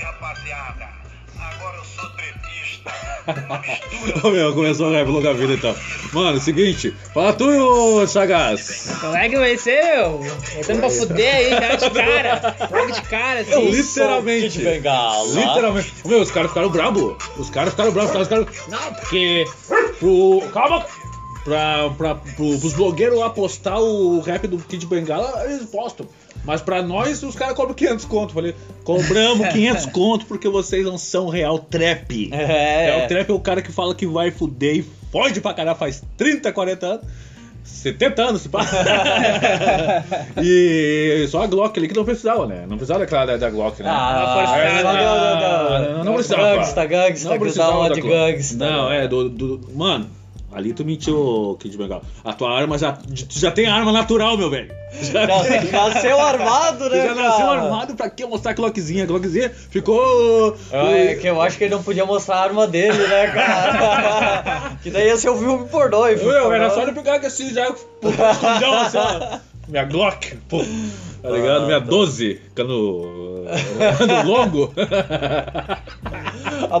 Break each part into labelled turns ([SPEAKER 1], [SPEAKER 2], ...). [SPEAKER 1] rapaziada. Agora eu sou tretista. Uma mistura.
[SPEAKER 2] Ô meu, começou a rap longa vida então. Mano, seguinte, fala tu, ô, Sagaz.
[SPEAKER 3] Como é que vai ser, meu? Entrando pra fuder aí, já de cara. Logo de cara, assim.
[SPEAKER 2] Eu literalmente.
[SPEAKER 4] Kid Bengala.
[SPEAKER 2] Literalmente. Ô, Meu, os caras ficaram brabo. Os caras ficaram bravos, os caras ficaram. Não, porque. Pro. Calma! Pra, pra, pro, pros blogueiros lá postar o rap do Kid Bengala, eles postam. Mas pra nós, os caras cobram 500 conto. Falei, cobramos 500 conto porque vocês não são real trap. Real
[SPEAKER 4] É,
[SPEAKER 2] trap é o cara que fala que vai fuder e fode pra caralho faz 30, 40 anos. 70 anos, se pá. e só a Glock ali que não precisava, né? Não precisava daquela da, da Glock, né?
[SPEAKER 4] Ah,
[SPEAKER 2] É,
[SPEAKER 4] não, não, não,
[SPEAKER 2] não,
[SPEAKER 4] não.
[SPEAKER 2] não precisava.
[SPEAKER 4] Gangsta, gangsta,
[SPEAKER 2] não
[SPEAKER 4] que dá uma de
[SPEAKER 2] da Glock.
[SPEAKER 4] gangsta. né?
[SPEAKER 2] Não, é, do, do- Mano, ali tu mentiu, Kid Bengal. A tua arma já. Tu já tem arma natural, meu velho. Já,
[SPEAKER 4] Já nasceu armado,
[SPEAKER 2] tu
[SPEAKER 4] né?
[SPEAKER 2] já nasceu
[SPEAKER 4] cara?
[SPEAKER 2] armado pra que mostrar a Glockzinha? A Glockzinha ficou.
[SPEAKER 4] É que eu acho que ele não podia mostrar a arma dele, né, cara? que daí ia ser o filme pornô. e filme
[SPEAKER 2] Meu, era
[SPEAKER 4] pornô-
[SPEAKER 2] só ele pegar que assim já. pô, escondeu assim, ó. Minha Glock, pô. Tá ligado? Minha 12, cano. cano longo.
[SPEAKER 4] A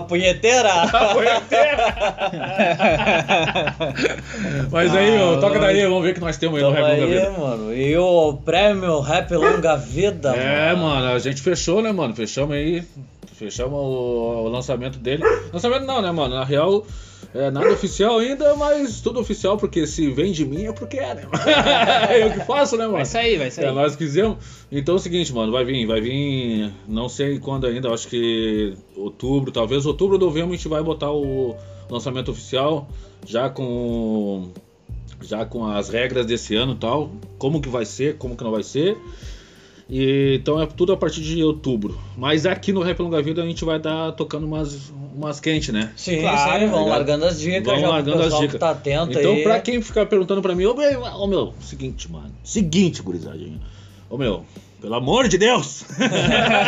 [SPEAKER 4] punheteira?
[SPEAKER 2] Ah, Mas aí, ó, toca daí, vamos ver o que nós temos aí no
[SPEAKER 4] Tamo
[SPEAKER 2] Rap Longa
[SPEAKER 4] aí, né?
[SPEAKER 2] Vida.
[SPEAKER 4] mano. E o prêmio Rap Longa Vida,
[SPEAKER 2] É,
[SPEAKER 4] mano.
[SPEAKER 2] mano, a gente fechou, né, mano? Fechamos aí. Fechamos o, o lançamento dele. Lançamento não, né, mano? Na real, é nada oficial ainda, mas tudo oficial, porque se vem de mim é porque é, né? mano? É eu que faço, né, mano?
[SPEAKER 3] Vai sair, vai sair.
[SPEAKER 2] É, nós quisemos. Então é o seguinte, mano, vai vir, vai vir. Não sei quando ainda, acho que outubro, talvez outubro ou novembro a gente vai botar o lançamento oficial, já com. Já com as regras desse ano e tal. Como que vai ser, como que não vai ser. E, então é tudo a partir de outubro. Mas aqui no Rap Longa Vida a gente vai dar tocando umas, umas quentes, né?
[SPEAKER 4] Sim,
[SPEAKER 3] Claro,
[SPEAKER 4] sim, vão
[SPEAKER 2] ligado?
[SPEAKER 4] largando as dicas
[SPEAKER 2] Vamos
[SPEAKER 4] já pro
[SPEAKER 2] largando as
[SPEAKER 4] pessoal
[SPEAKER 2] dicas.
[SPEAKER 4] que tá atento
[SPEAKER 2] então,
[SPEAKER 4] aí.
[SPEAKER 2] pra quem ficar perguntando pra mim, ô meu, ô, meu, seguinte, mano. Seguinte, gurizadinha. Ô meu, pelo amor de Deus!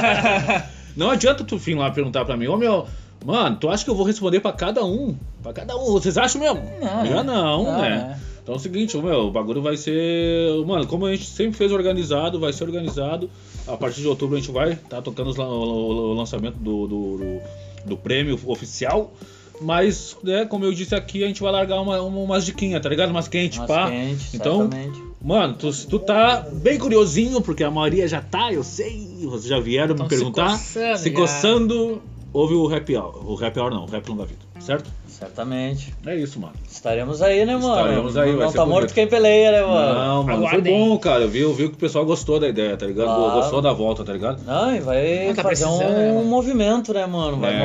[SPEAKER 2] Não adianta tu vir lá perguntar pra mim, ô meu, mano, tu acha que eu vou responder pra cada um? Pra cada um, vocês acham mesmo?
[SPEAKER 3] Não,
[SPEAKER 2] Já não,
[SPEAKER 3] não,
[SPEAKER 2] né?
[SPEAKER 3] né?
[SPEAKER 2] Então é o seguinte, ô meu, o bagulho vai ser. Mano, como a gente sempre fez organizado, vai ser organizado. A partir de outubro a gente vai tá tocando os lan- o o lançamento do, do, do- do prêmio oficial. Mas, né, como eu disse aqui, a gente vai largar uma, uma, umas diquinhas, tá ligado? Umas quentes,
[SPEAKER 4] Mas
[SPEAKER 2] pá.
[SPEAKER 4] quente,
[SPEAKER 2] então,
[SPEAKER 4] certamente.
[SPEAKER 2] Mano, tu, se tu tá bem curiosinho, porque a maioria já tá, eu sei, vocês já vieram me
[SPEAKER 3] Tão se
[SPEAKER 2] perguntar.
[SPEAKER 3] coçando
[SPEAKER 2] se
[SPEAKER 3] já.
[SPEAKER 2] coçando, houve o rap hour. O rap hour não, o rap longa vida, certo?
[SPEAKER 4] certamente.
[SPEAKER 2] É isso, mano.
[SPEAKER 4] Estaremos aí, né, mano?
[SPEAKER 2] Estaremos aí,
[SPEAKER 4] não
[SPEAKER 2] vai
[SPEAKER 4] não
[SPEAKER 2] ser
[SPEAKER 4] tá
[SPEAKER 2] bonito.
[SPEAKER 4] morto quem peleia, né, mano?
[SPEAKER 2] Não, mano,
[SPEAKER 3] aguardem.
[SPEAKER 2] foi bom, cara. Eu vi, eu vi que o pessoal gostou da ideia, tá ligado?
[SPEAKER 4] Claro.
[SPEAKER 2] Gostou da volta, tá ligado?
[SPEAKER 4] Não, e vai
[SPEAKER 3] Não tá
[SPEAKER 4] fazer um
[SPEAKER 3] precisando, né, mano?
[SPEAKER 4] movimento, né, mano? Vai
[SPEAKER 2] É,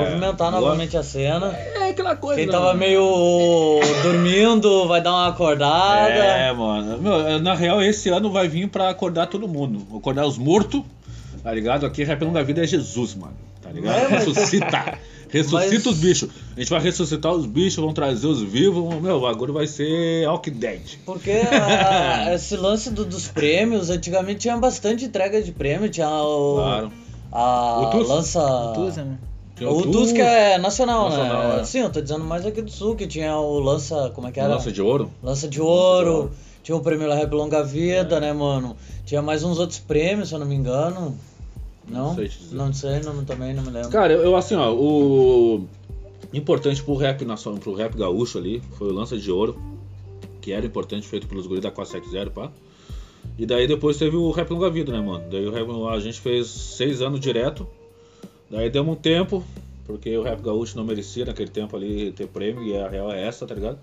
[SPEAKER 2] boa.
[SPEAKER 4] movimentar novamente a cena.
[SPEAKER 2] É aquela coisa.
[SPEAKER 4] Quem
[SPEAKER 2] né,
[SPEAKER 4] tava
[SPEAKER 2] mano?
[SPEAKER 4] meio dormindo vai dar uma acordada.
[SPEAKER 2] É, mano. Meu, na real, esse ano vai vir pra acordar todo mundo. Vou Acordar os mortos, tá ligado? Aqui, Rap da Vida é Jesus, mano. Tá ligado?
[SPEAKER 4] É, mas-
[SPEAKER 2] Ressuscita. Ressuscita
[SPEAKER 4] Mas-
[SPEAKER 2] os bichos. A gente vai ressuscitar os bichos, vão trazer os vivos. Meu, o bagulho vai ser Walking Dead.
[SPEAKER 4] Porque a- esse lance do- dos prêmios, antigamente tinha bastante entrega de prêmio, tinha o.
[SPEAKER 2] Claro.
[SPEAKER 4] A
[SPEAKER 2] O Tus.
[SPEAKER 4] lança.
[SPEAKER 3] Tusa, mano.
[SPEAKER 2] Tem
[SPEAKER 4] O Tus que é nacional,
[SPEAKER 2] Nacional,
[SPEAKER 4] né?
[SPEAKER 2] é.
[SPEAKER 4] Sim, eu tô dizendo mais aqui do sul, que tinha o lança. Como é que era?
[SPEAKER 2] Lança de ouro.
[SPEAKER 4] Lança de ouro, tinha o prêmio La Rap Longa Vida,
[SPEAKER 2] É.
[SPEAKER 4] né, mano? Tinha mais uns outros prêmios, se eu não me engano. Não?
[SPEAKER 2] Não sei te dizer.
[SPEAKER 4] Não sei, não, também não me lembro.
[SPEAKER 2] Cara, eu, eu assim, ó, o importante pro rap nacional, pro rap gaúcho ali, foi o Lança de Ouro, que era importante, feito pelos guris da 470, pá. E daí depois teve o Rap Longa Vida, né, mano? Daí o rap, a gente fez seis anos direto, daí demos um tempo, porque o rap gaúcho não merecia naquele tempo ali ter prêmio, e a real é essa, tá ligado?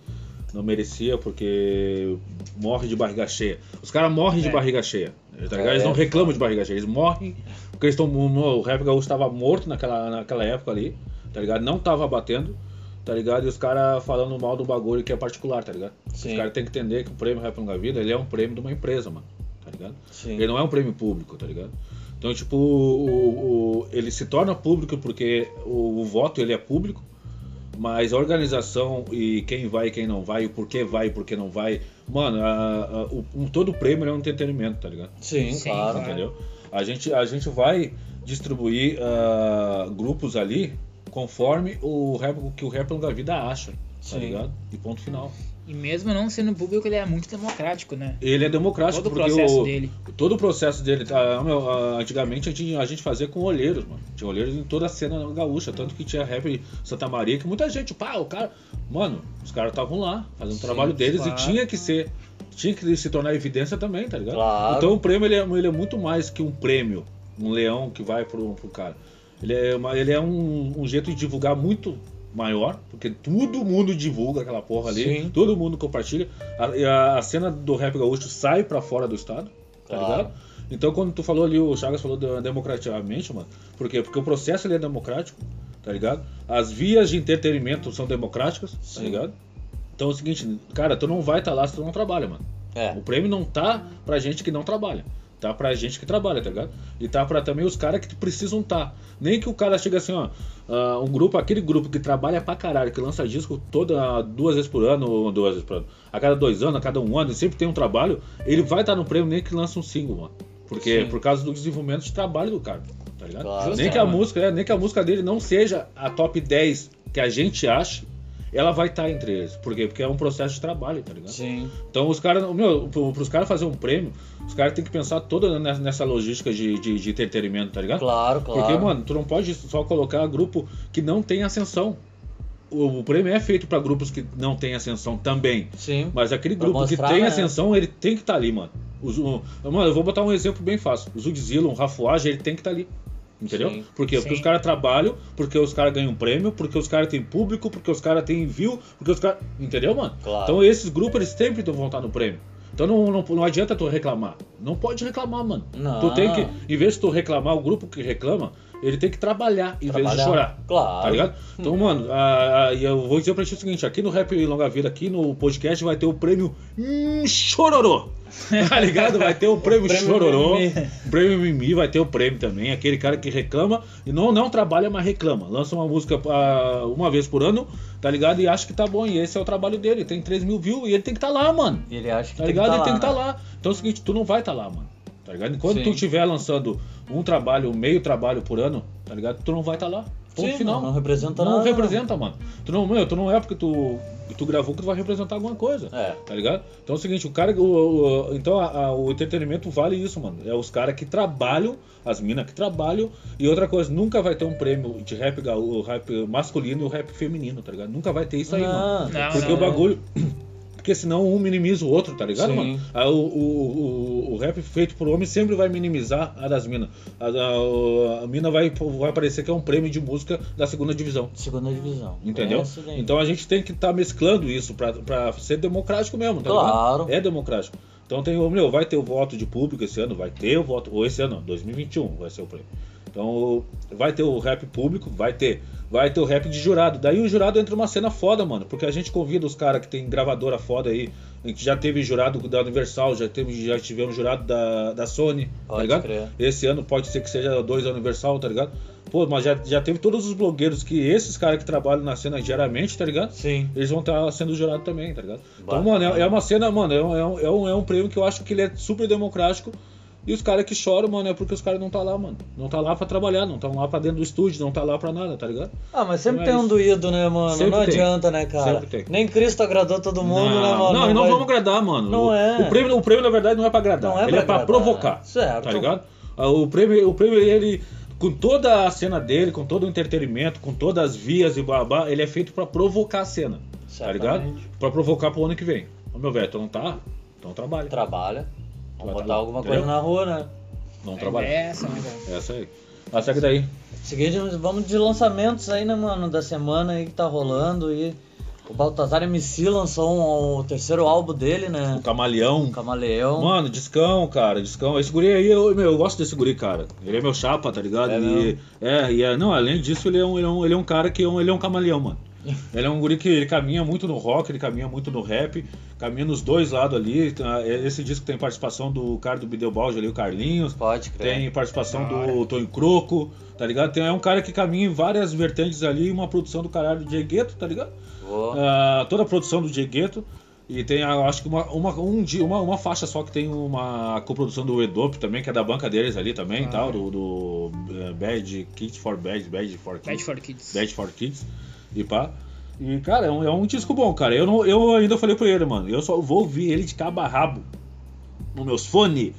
[SPEAKER 2] Não merecia porque morre de barriga cheia. Os caras morrem de
[SPEAKER 3] É.
[SPEAKER 2] barriga cheia, tá ligado? Eles não
[SPEAKER 4] É,
[SPEAKER 2] reclamam de barriga cheia, eles morrem porque eles tão- o rap gaúcho tava morto naquela, naquela época ali, tá ligado? Não tava batendo, tá ligado? E os caras falando mal do bagulho que é particular, tá ligado? Os
[SPEAKER 4] Sim.
[SPEAKER 2] caras têm que entender que o prêmio Rap Longa Vida, ele é um prêmio de uma empresa, mano, tá ligado?
[SPEAKER 4] Sim.
[SPEAKER 2] Ele não é um prêmio público, tá ligado? Então, tipo, o- o- ele se torna público porque o, o voto, ele é público, mas a organização e quem vai e quem não vai, o porquê vai e porquê não vai, mano, a- a- o, um- todo o prêmio ele é um entretenimento, tá ligado?
[SPEAKER 4] Sim,
[SPEAKER 3] Sim,
[SPEAKER 4] claro.
[SPEAKER 3] claro.
[SPEAKER 2] entendeu? A gente, a gente vai distribuir ah, grupos ali conforme o rap, o que o rap da vida acha, tá
[SPEAKER 4] Sim.
[SPEAKER 2] ligado? E ponto final.
[SPEAKER 3] E mesmo não sendo público, ele é muito democrático, né?
[SPEAKER 2] Ele é democrático
[SPEAKER 3] Todo o
[SPEAKER 2] porque
[SPEAKER 3] processo
[SPEAKER 2] o-
[SPEAKER 3] dele.
[SPEAKER 2] todo o processo dele. tá, meu, ah, antigamente a gente, a gente fazia com olheiros, mano. Tinha olheiros em toda a cena gaúcha. Tanto que tinha rap em Santa Maria que muita gente, pá, o cara. Mano, os caras estavam lá, fazendo o
[SPEAKER 4] Sim,
[SPEAKER 2] trabalho deles
[SPEAKER 3] claro.
[SPEAKER 2] e tinha que ser. Tinha que se tornar evidência também, tá ligado?
[SPEAKER 4] Claro.
[SPEAKER 2] Então o prêmio ele é, ele é muito mais que um prêmio, um leão que vai pro, pro cara. Ele é, uma- ele é um, um jeito de divulgar muito maior, porque todo mundo divulga aquela porra ali,
[SPEAKER 4] Sim.
[SPEAKER 2] todo mundo compartilha. A, e a- a cena do rap gaúcho sai pra fora do estado, tá
[SPEAKER 4] Claro.
[SPEAKER 2] ligado? Então quando tu falou ali, o Chagas falou da- democraticamente, mano, por quê? Porque o processo ele é democrático, tá ligado? As vias de entretenimento são democráticas, tá
[SPEAKER 4] Sim.
[SPEAKER 2] ligado? Então é o seguinte, cara, tu não vai estar lá se tu não trabalha, mano.
[SPEAKER 4] É.
[SPEAKER 2] O prêmio não tá pra gente que não trabalha. Tá pra gente que trabalha, tá ligado? E tá pra também os caras que precisam tá. Nem que o cara chega assim, ó. ah, um grupo, aquele grupo que trabalha pra caralho, que lança disco toda duas vezes por ano, ou duas vezes por ano. A cada dois anos, a cada um ano, e sempre tem um trabalho, ele vai estar no prêmio nem que lança um single, mano. Porque
[SPEAKER 4] Sim.
[SPEAKER 2] por causa do desenvolvimento de trabalho do cara, tá ligado?
[SPEAKER 4] Claro.
[SPEAKER 2] nem
[SPEAKER 3] Justo,
[SPEAKER 2] que a
[SPEAKER 3] né, mano?
[SPEAKER 2] música, é, nem que a música dele não seja a top 10 que a gente acha, ela vai estar entre eles. Por quê? Porque é um processo de trabalho, tá ligado?
[SPEAKER 4] Sim.
[SPEAKER 2] Então os caras, meu, pro- pros caras fazer um prêmio, os caras têm que pensar toda ne- nessa logística de, de, de entretenimento, tá ligado?
[SPEAKER 4] Claro, claro.
[SPEAKER 2] Porque, mano, tu não pode só colocar grupo que não tem ascensão. O, o prêmio é feito pra grupos que não tem ascensão também.
[SPEAKER 4] Sim.
[SPEAKER 2] Mas aquele
[SPEAKER 4] Pra
[SPEAKER 2] grupo
[SPEAKER 4] mostrar,
[SPEAKER 2] que tem
[SPEAKER 4] né?
[SPEAKER 2] ascensão, ele tem que estar ali, mano. Os- o- mano, eu vou botar um exemplo bem fácil. O Zudzilla, um Rafuage, ele tem que estar ali. Entendeu?
[SPEAKER 4] Sim.
[SPEAKER 2] Por quê? Porque
[SPEAKER 3] Sim.
[SPEAKER 2] os caras trabalham, porque os caras ganham prêmio, porque os caras têm público, porque os caras têm view, porque os caras. Entendeu, mano?
[SPEAKER 4] Claro.
[SPEAKER 2] Então esses grupos, eles sempre vão estar no prêmio. Então não, não, não adianta tu reclamar. Não pode reclamar, mano.
[SPEAKER 4] Não.
[SPEAKER 2] Tu tem que, em vez de tu reclamar, o grupo que reclama, ele tem que trabalhar em vez
[SPEAKER 4] Trabalhar.
[SPEAKER 2] de chorar.
[SPEAKER 4] Claro. Hum.
[SPEAKER 2] Tá ligado? Então, mano, a- a- e eu vou dizer pra ti o seguinte: aqui no Rap Longa Vida, aqui no podcast, vai ter o prêmio hum, Chororô. Tá ligado? Vai ter o prêmio,
[SPEAKER 4] prêmio
[SPEAKER 2] Chororô.
[SPEAKER 4] Mimi.
[SPEAKER 2] O prêmio Mimi vai ter o prêmio também. Aquele cara que reclama e não, não trabalha, mas reclama. Lança uma música ah, uma vez por ano, tá ligado? E acha que tá bom. E esse é o trabalho dele. Tem 3 mil views e ele tem que tá lá, mano.
[SPEAKER 4] E Ele acha que
[SPEAKER 2] Tá
[SPEAKER 4] tem
[SPEAKER 2] ligado?
[SPEAKER 4] que
[SPEAKER 2] Ele
[SPEAKER 4] tá
[SPEAKER 2] tem que estar
[SPEAKER 4] né?
[SPEAKER 2] lá. Então é o seguinte, tu não vai estar lá, mano. Tá ligado? Enquanto
[SPEAKER 4] Sim.
[SPEAKER 2] tu estiver lançando um trabalho, meio trabalho por ano, tá ligado? Tu não vai estar lá. Ponto
[SPEAKER 4] Sim,
[SPEAKER 2] final.
[SPEAKER 4] Não, não representa
[SPEAKER 2] não
[SPEAKER 4] nada.
[SPEAKER 2] representa, mano. Tu não, meu, tu não é porque tu, tu gravou que tu vai representar alguma coisa.
[SPEAKER 4] É.
[SPEAKER 2] Tá ligado? Então é o seguinte, o cara. o- o- então a- a- o entretenimento vale isso, mano. É os caras que trabalham, as minas que trabalham. E outra coisa, nunca vai ter um prêmio de rap, gaú- o rap masculino e o rap feminino, tá ligado? Nunca vai ter isso aí, mano.
[SPEAKER 4] Não,
[SPEAKER 3] Não,
[SPEAKER 2] Porque
[SPEAKER 3] não,
[SPEAKER 2] o
[SPEAKER 3] não.
[SPEAKER 2] bagulho. Porque senão um minimiza o outro, tá ligado,
[SPEAKER 4] Sim.
[SPEAKER 2] mano? Ah, o, o, o, o rap feito por homem sempre vai minimizar a das minas. A, a, a mina vai, vai parecer que é um prêmio de música da segunda divisão.
[SPEAKER 4] Segunda divisão. É
[SPEAKER 2] Entendeu?
[SPEAKER 4] Essa daí.
[SPEAKER 2] Então a gente tem que estar mesclando isso pra, pra ser democrático mesmo, tá
[SPEAKER 4] Claro.
[SPEAKER 2] ligado? É democrático. Então tem o meu, vai ter o voto de público esse ano, vai ter o voto. Ou esse ano, não, 2021 vai ser o prêmio. Então vai ter o rap público, vai ter. Vai ter o rap de jurado. Daí o jurado entra uma cena foda, mano. Porque a gente convida os caras que tem gravadora foda aí. A gente já teve jurado da Universal, já, teve, já tivemos jurado da, da Sony, tá
[SPEAKER 4] Pode
[SPEAKER 2] ligado?
[SPEAKER 4] crer.
[SPEAKER 2] Esse ano pode ser que seja dois aniversário, tá ligado? Pô, mas já, já teve todos os blogueiros que esses caras que trabalham na cena diariamente, tá ligado?
[SPEAKER 4] Sim.
[SPEAKER 2] Eles vão estar sendo jurados também, tá ligado? Então,
[SPEAKER 4] Bacana.
[SPEAKER 2] mano, é, é uma cena, mano, é um, é, um, é, um, é um prêmio que eu acho que ele é super democrático. E os caras que choram, mano, é porque os caras não tá lá, mano. Não tá lá pra trabalhar, não tão lá pra dentro do estúdio, não tá lá pra nada, tá ligado?
[SPEAKER 4] Ah, mas sempre
[SPEAKER 2] Não é
[SPEAKER 4] tem um
[SPEAKER 2] isso.
[SPEAKER 4] doído, né, mano?
[SPEAKER 2] Sempre
[SPEAKER 4] não
[SPEAKER 2] tem.
[SPEAKER 4] adianta, né, cara?
[SPEAKER 2] Sempre tem.
[SPEAKER 4] Nem Cristo agradou todo mundo, né, mano?
[SPEAKER 2] Não, e não
[SPEAKER 4] vai-
[SPEAKER 2] vamos agradar, mano.
[SPEAKER 4] Não
[SPEAKER 2] o,
[SPEAKER 4] é.
[SPEAKER 2] O prêmio, o prêmio, na verdade, não é pra agradar.
[SPEAKER 4] Não é
[SPEAKER 2] ele
[SPEAKER 4] pra
[SPEAKER 2] é pra
[SPEAKER 4] agradar.
[SPEAKER 2] provocar.
[SPEAKER 4] Certo.
[SPEAKER 2] Tá ligado? Ah, O prêmio, o prêmio, ele, com toda a cena dele, com todo o entretenimento, com todas as vias e babá, ele é feito pra provocar a cena. Tá ligado?
[SPEAKER 4] Certamente.
[SPEAKER 2] Pra provocar pro ano que vem. Ô meu velho, tu não tá? Então trabalha.
[SPEAKER 4] Trabalha.
[SPEAKER 2] Vai
[SPEAKER 4] Vamos botar
[SPEAKER 2] trabalhar,
[SPEAKER 4] alguma
[SPEAKER 2] entendeu?
[SPEAKER 4] coisa na rua, né?
[SPEAKER 2] Não
[SPEAKER 3] A
[SPEAKER 2] trabalha.
[SPEAKER 3] ideia É essa, né, cara?
[SPEAKER 2] Essa aí. Ah, segue daí.
[SPEAKER 4] Seguinte, vamos de lançamentos aí, né, mano? Da semana aí que tá rolando. E o Baltazar MC lançou um- o terceiro álbum dele, né?
[SPEAKER 2] O Um camaleão.
[SPEAKER 4] O Camaleão.
[SPEAKER 2] Mano, discão, cara, discão. Esse guri aí, eu, meu, eu gosto desse guri, cara. Ele é meu chapa, tá ligado?
[SPEAKER 4] É
[SPEAKER 2] e,
[SPEAKER 4] mesmo?
[SPEAKER 2] é, e é- não, além disso, ele é um, ele é um, ele é um cara que é um, ele é um camaleão, mano. Ele é um guri que ele caminha muito no rock, ele caminha muito no rap, caminha nos dois lados ali. Tá, é, Esse disco tem participação do cara do Bideu Balde ali, o Carlinhos.
[SPEAKER 4] Pode crer.
[SPEAKER 2] Tem participação
[SPEAKER 3] Da
[SPEAKER 2] do Tony Croco, tá ligado? Tem, é um cara que caminha em várias vertentes ali, uma produção do caralho de Gueto, tá ligado?
[SPEAKER 4] Vou.
[SPEAKER 2] Ah, toda a produção do Diegueto. E tem, ah, acho que uma, uma, um dia, uma, uma faixa só que tem uma coprodução do Edop também, que é da banca deles ali também e
[SPEAKER 3] Ah,
[SPEAKER 2] tal,
[SPEAKER 3] é.
[SPEAKER 2] do, do eh, Bad Kids for Bad, Bad for Kids.
[SPEAKER 3] Bad for Kids.
[SPEAKER 2] Bad for Kids. E pá. E, cara, é um, é um disco bom, cara. Eu, não, eu ainda falei pra ele, mano, eu só vou ouvir ele de cabo a rabo nos meus fones.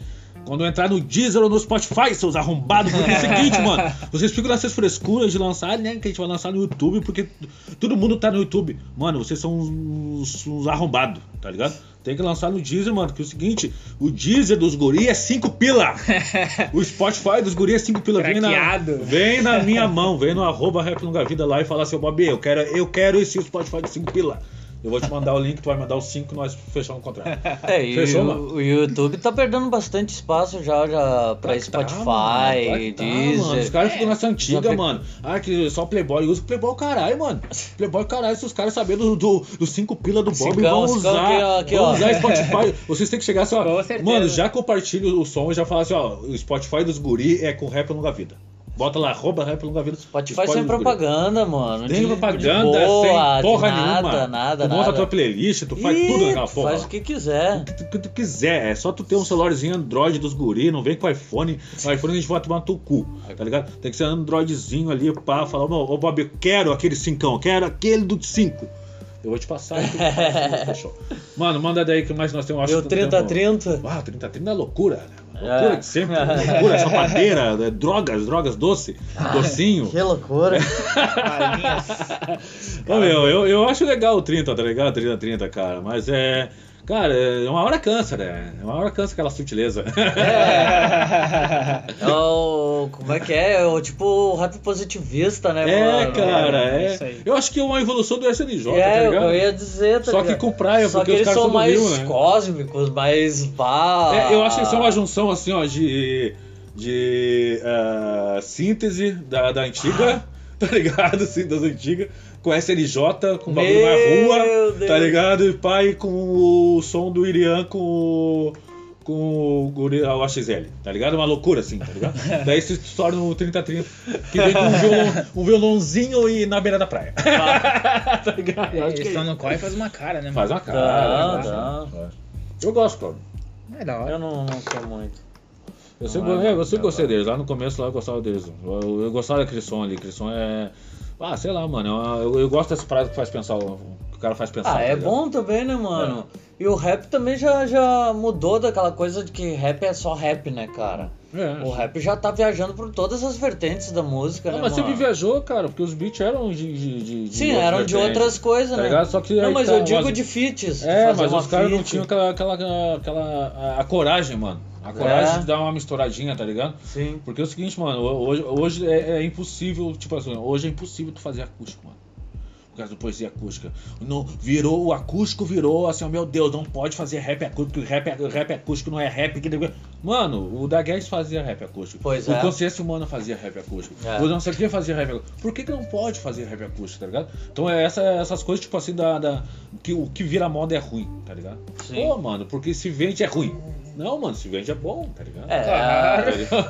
[SPEAKER 2] Quando eu entrar no Deezer ou no Spotify, seus arrombados, porque é o seguinte, mano, vocês ficam nessas frescuras de lançar, né? Que a gente vai lançar no YouTube, porque t- todo mundo tá no YouTube. Mano, vocês são uns, uns arrombados, tá ligado? Tem que lançar no Deezer, mano, que é o seguinte, o Deezer dos guri é 5 pila. O Spotify dos guri é 5 pila. Vem na,
[SPEAKER 3] Craqueado.
[SPEAKER 2] vem na minha mão, vem no arroba Rap Longa Vida lá e fala assim, ô Bob, eu quero, eu quero esse Spotify de 5 pila. Eu vou te mandar o link, tu vai mandar os 5 nós fechamos o contrato.
[SPEAKER 4] É, e
[SPEAKER 2] Fechou,
[SPEAKER 4] o,
[SPEAKER 2] mano?
[SPEAKER 4] o YouTube tá perdendo bastante espaço já, já pra Spotify,
[SPEAKER 2] tá, Ah, mano, tá, mano. Os
[SPEAKER 4] Deezer. É.
[SPEAKER 2] caras ficam nessa antiga,
[SPEAKER 4] Já-
[SPEAKER 2] mano. Ah, que só Playboy usa Playboy, é caralho, mano. Playboy, é caralho, se os caras sabendo do, do cinco pila do Bob
[SPEAKER 4] Cincão,
[SPEAKER 2] vão
[SPEAKER 4] cincão
[SPEAKER 2] usar,
[SPEAKER 4] aqui, ó, aqui,
[SPEAKER 2] vão
[SPEAKER 4] ó.
[SPEAKER 2] usar Spotify. Vocês têm que chegar assim, ó.
[SPEAKER 3] Com certeza.
[SPEAKER 2] Mano, já compartilha o som e já fala assim, ó. O Spotify dos guri é com rap longa vida. Bota lá, arroba rap longa vida.
[SPEAKER 4] Spotify sem
[SPEAKER 2] dos guri.
[SPEAKER 4] propaganda, mano.
[SPEAKER 2] Sem
[SPEAKER 4] de-
[SPEAKER 2] propaganda,
[SPEAKER 4] de boa,
[SPEAKER 2] sem porra
[SPEAKER 4] de nada,
[SPEAKER 2] nenhuma.
[SPEAKER 4] Nada,
[SPEAKER 2] tu monta
[SPEAKER 4] nada.
[SPEAKER 2] a tua playlist, tu faz
[SPEAKER 4] Ih,
[SPEAKER 2] tudo naquela
[SPEAKER 4] tu
[SPEAKER 2] porra.
[SPEAKER 4] Faz o que quiser.
[SPEAKER 2] que tu- que tu quiser. É só tu ter um celularzinho Android dos guri, não vem com iPhone. O iPhone a gente vai tomar no teu cu, tá ligado? Tem que ser Androidzinho ali, pá, falar, ô ô, Bob, eu quero aquele cincão, eu quero aquele do cinco. Eu vou te passar. eu te passo, Fechou. Mano, manda daí que mais nós temos. acho
[SPEAKER 4] Deu
[SPEAKER 2] que temos-
[SPEAKER 4] 30 a 30.
[SPEAKER 2] Ah, 30 30 é loucura, né?
[SPEAKER 4] É.
[SPEAKER 2] Loucura de sempre. Loucura, é chapadeira, né? drogas, drogas doce, docinho.
[SPEAKER 4] Que loucura.
[SPEAKER 3] Balinhas.
[SPEAKER 2] Ô, meu, eu, eu acho legal o 30, tá ligado? 30, 30, cara. Mas é. Cara, é uma hora cansa, né? É Uma hora cansa aquela sutileza.
[SPEAKER 4] É o, como é que é? É o tipo o rap positivista, né,
[SPEAKER 2] É,
[SPEAKER 4] mano?
[SPEAKER 2] cara,
[SPEAKER 3] é
[SPEAKER 2] é.
[SPEAKER 3] isso aí.
[SPEAKER 2] Eu acho que é uma evolução do SNJ, tá
[SPEAKER 4] É,
[SPEAKER 2] ligado?
[SPEAKER 4] eu ia dizer, tá
[SPEAKER 2] Só que
[SPEAKER 4] ligado?
[SPEAKER 2] com praia,
[SPEAKER 4] Só
[SPEAKER 2] porque
[SPEAKER 4] que
[SPEAKER 2] os
[SPEAKER 4] eles
[SPEAKER 2] caras
[SPEAKER 4] são
[SPEAKER 2] são do
[SPEAKER 4] mais
[SPEAKER 2] Rio, né?
[SPEAKER 4] cósmicos, mais pá.
[SPEAKER 2] É, eu acho que isso é uma junção, assim, ó, de. de. ah, síntese da, da antiga,
[SPEAKER 4] Ah.
[SPEAKER 2] tá ligado? Síntese das antigas, com SNJ, com o bagulho
[SPEAKER 4] Meu
[SPEAKER 2] na rua, tá
[SPEAKER 4] Deus.
[SPEAKER 2] ligado? E pai com o som do Irian com o. Com o gorila, o AXL, tá ligado? Uma loucura assim, tá ligado? Daí se torna o 3030, que vem com um, violon- um violãozinho e na beira da praia. tá ligado? Eu acho que
[SPEAKER 3] Eles
[SPEAKER 2] é
[SPEAKER 3] estão
[SPEAKER 2] isso.
[SPEAKER 3] no COI e faz uma cara, né,
[SPEAKER 2] Faz
[SPEAKER 3] mano?
[SPEAKER 2] uma cara.
[SPEAKER 4] Tá,
[SPEAKER 2] né? Eu gosto, Cláudio.
[SPEAKER 3] É da hora.
[SPEAKER 4] Eu não, não sei muito.
[SPEAKER 2] Eu sempre,
[SPEAKER 4] Não é,
[SPEAKER 2] é, eu sempre
[SPEAKER 4] tá
[SPEAKER 2] gostei
[SPEAKER 4] bom.
[SPEAKER 2] deles. Lá no começo lá eu gostava deles. Eu, eu gostava daquele som ali. Aquele som é. Ah, sei lá, mano. é uma- Eu, eu gosto dessa parada que faz pensar. O que o cara faz pensar.
[SPEAKER 4] Ah,
[SPEAKER 2] tá
[SPEAKER 4] é
[SPEAKER 2] ligado? É.
[SPEAKER 4] bom também, né, mano? E o rap também já, já mudou daquela coisa de que rap é só rap, né, cara?
[SPEAKER 2] É.
[SPEAKER 4] O rap já tá viajando por todas as vertentes da música,
[SPEAKER 2] Não,
[SPEAKER 4] né,
[SPEAKER 2] mas
[SPEAKER 4] mano?
[SPEAKER 2] sempre viajou, cara, porque os beats eram de. de, de- de
[SPEAKER 4] Sim,
[SPEAKER 2] outras
[SPEAKER 4] eram de
[SPEAKER 2] vertentes,
[SPEAKER 4] outras coisas,
[SPEAKER 2] tá
[SPEAKER 4] né?
[SPEAKER 2] ligado? Só que
[SPEAKER 4] não,
[SPEAKER 2] aí
[SPEAKER 4] mas
[SPEAKER 2] tá,
[SPEAKER 4] eu digo
[SPEAKER 2] mas-
[SPEAKER 4] de feats. de
[SPEAKER 2] É,
[SPEAKER 4] fazer
[SPEAKER 2] mas
[SPEAKER 4] uma
[SPEAKER 2] os caras não
[SPEAKER 4] feat.
[SPEAKER 2] tinham aquela, aquela, aquela a, a coragem, mano. A
[SPEAKER 4] É.
[SPEAKER 2] coragem de dar uma misturadinha, tá ligado?
[SPEAKER 4] Sim.
[SPEAKER 2] Porque é o seguinte, mano, hoje, hoje é, é impossível, tipo assim, hoje é impossível tu fazer acústico, mano. Por causa do poesia acústica. Não, virou, o acústico virou assim, ó, meu Deus, não pode fazer rap acústico, rap, rap acústico não é rap. Que... Mano, o Da Guedes fazia rap acústico.
[SPEAKER 4] Pois
[SPEAKER 2] o
[SPEAKER 4] é.
[SPEAKER 2] Consciência Humana fazia rap acústico.
[SPEAKER 4] É.
[SPEAKER 2] O não sei quem fazia rap acústico. Por que, que não pode fazer rap acústico, tá ligado? Então é essa- essas coisas, tipo assim, da, da- que, o que vira moda é ruim, tá ligado?
[SPEAKER 4] Sim.
[SPEAKER 2] Pô, mano, porque se vende é ruim. Não, mano, se vende é bom, tá ligado?
[SPEAKER 4] É,
[SPEAKER 3] Claro.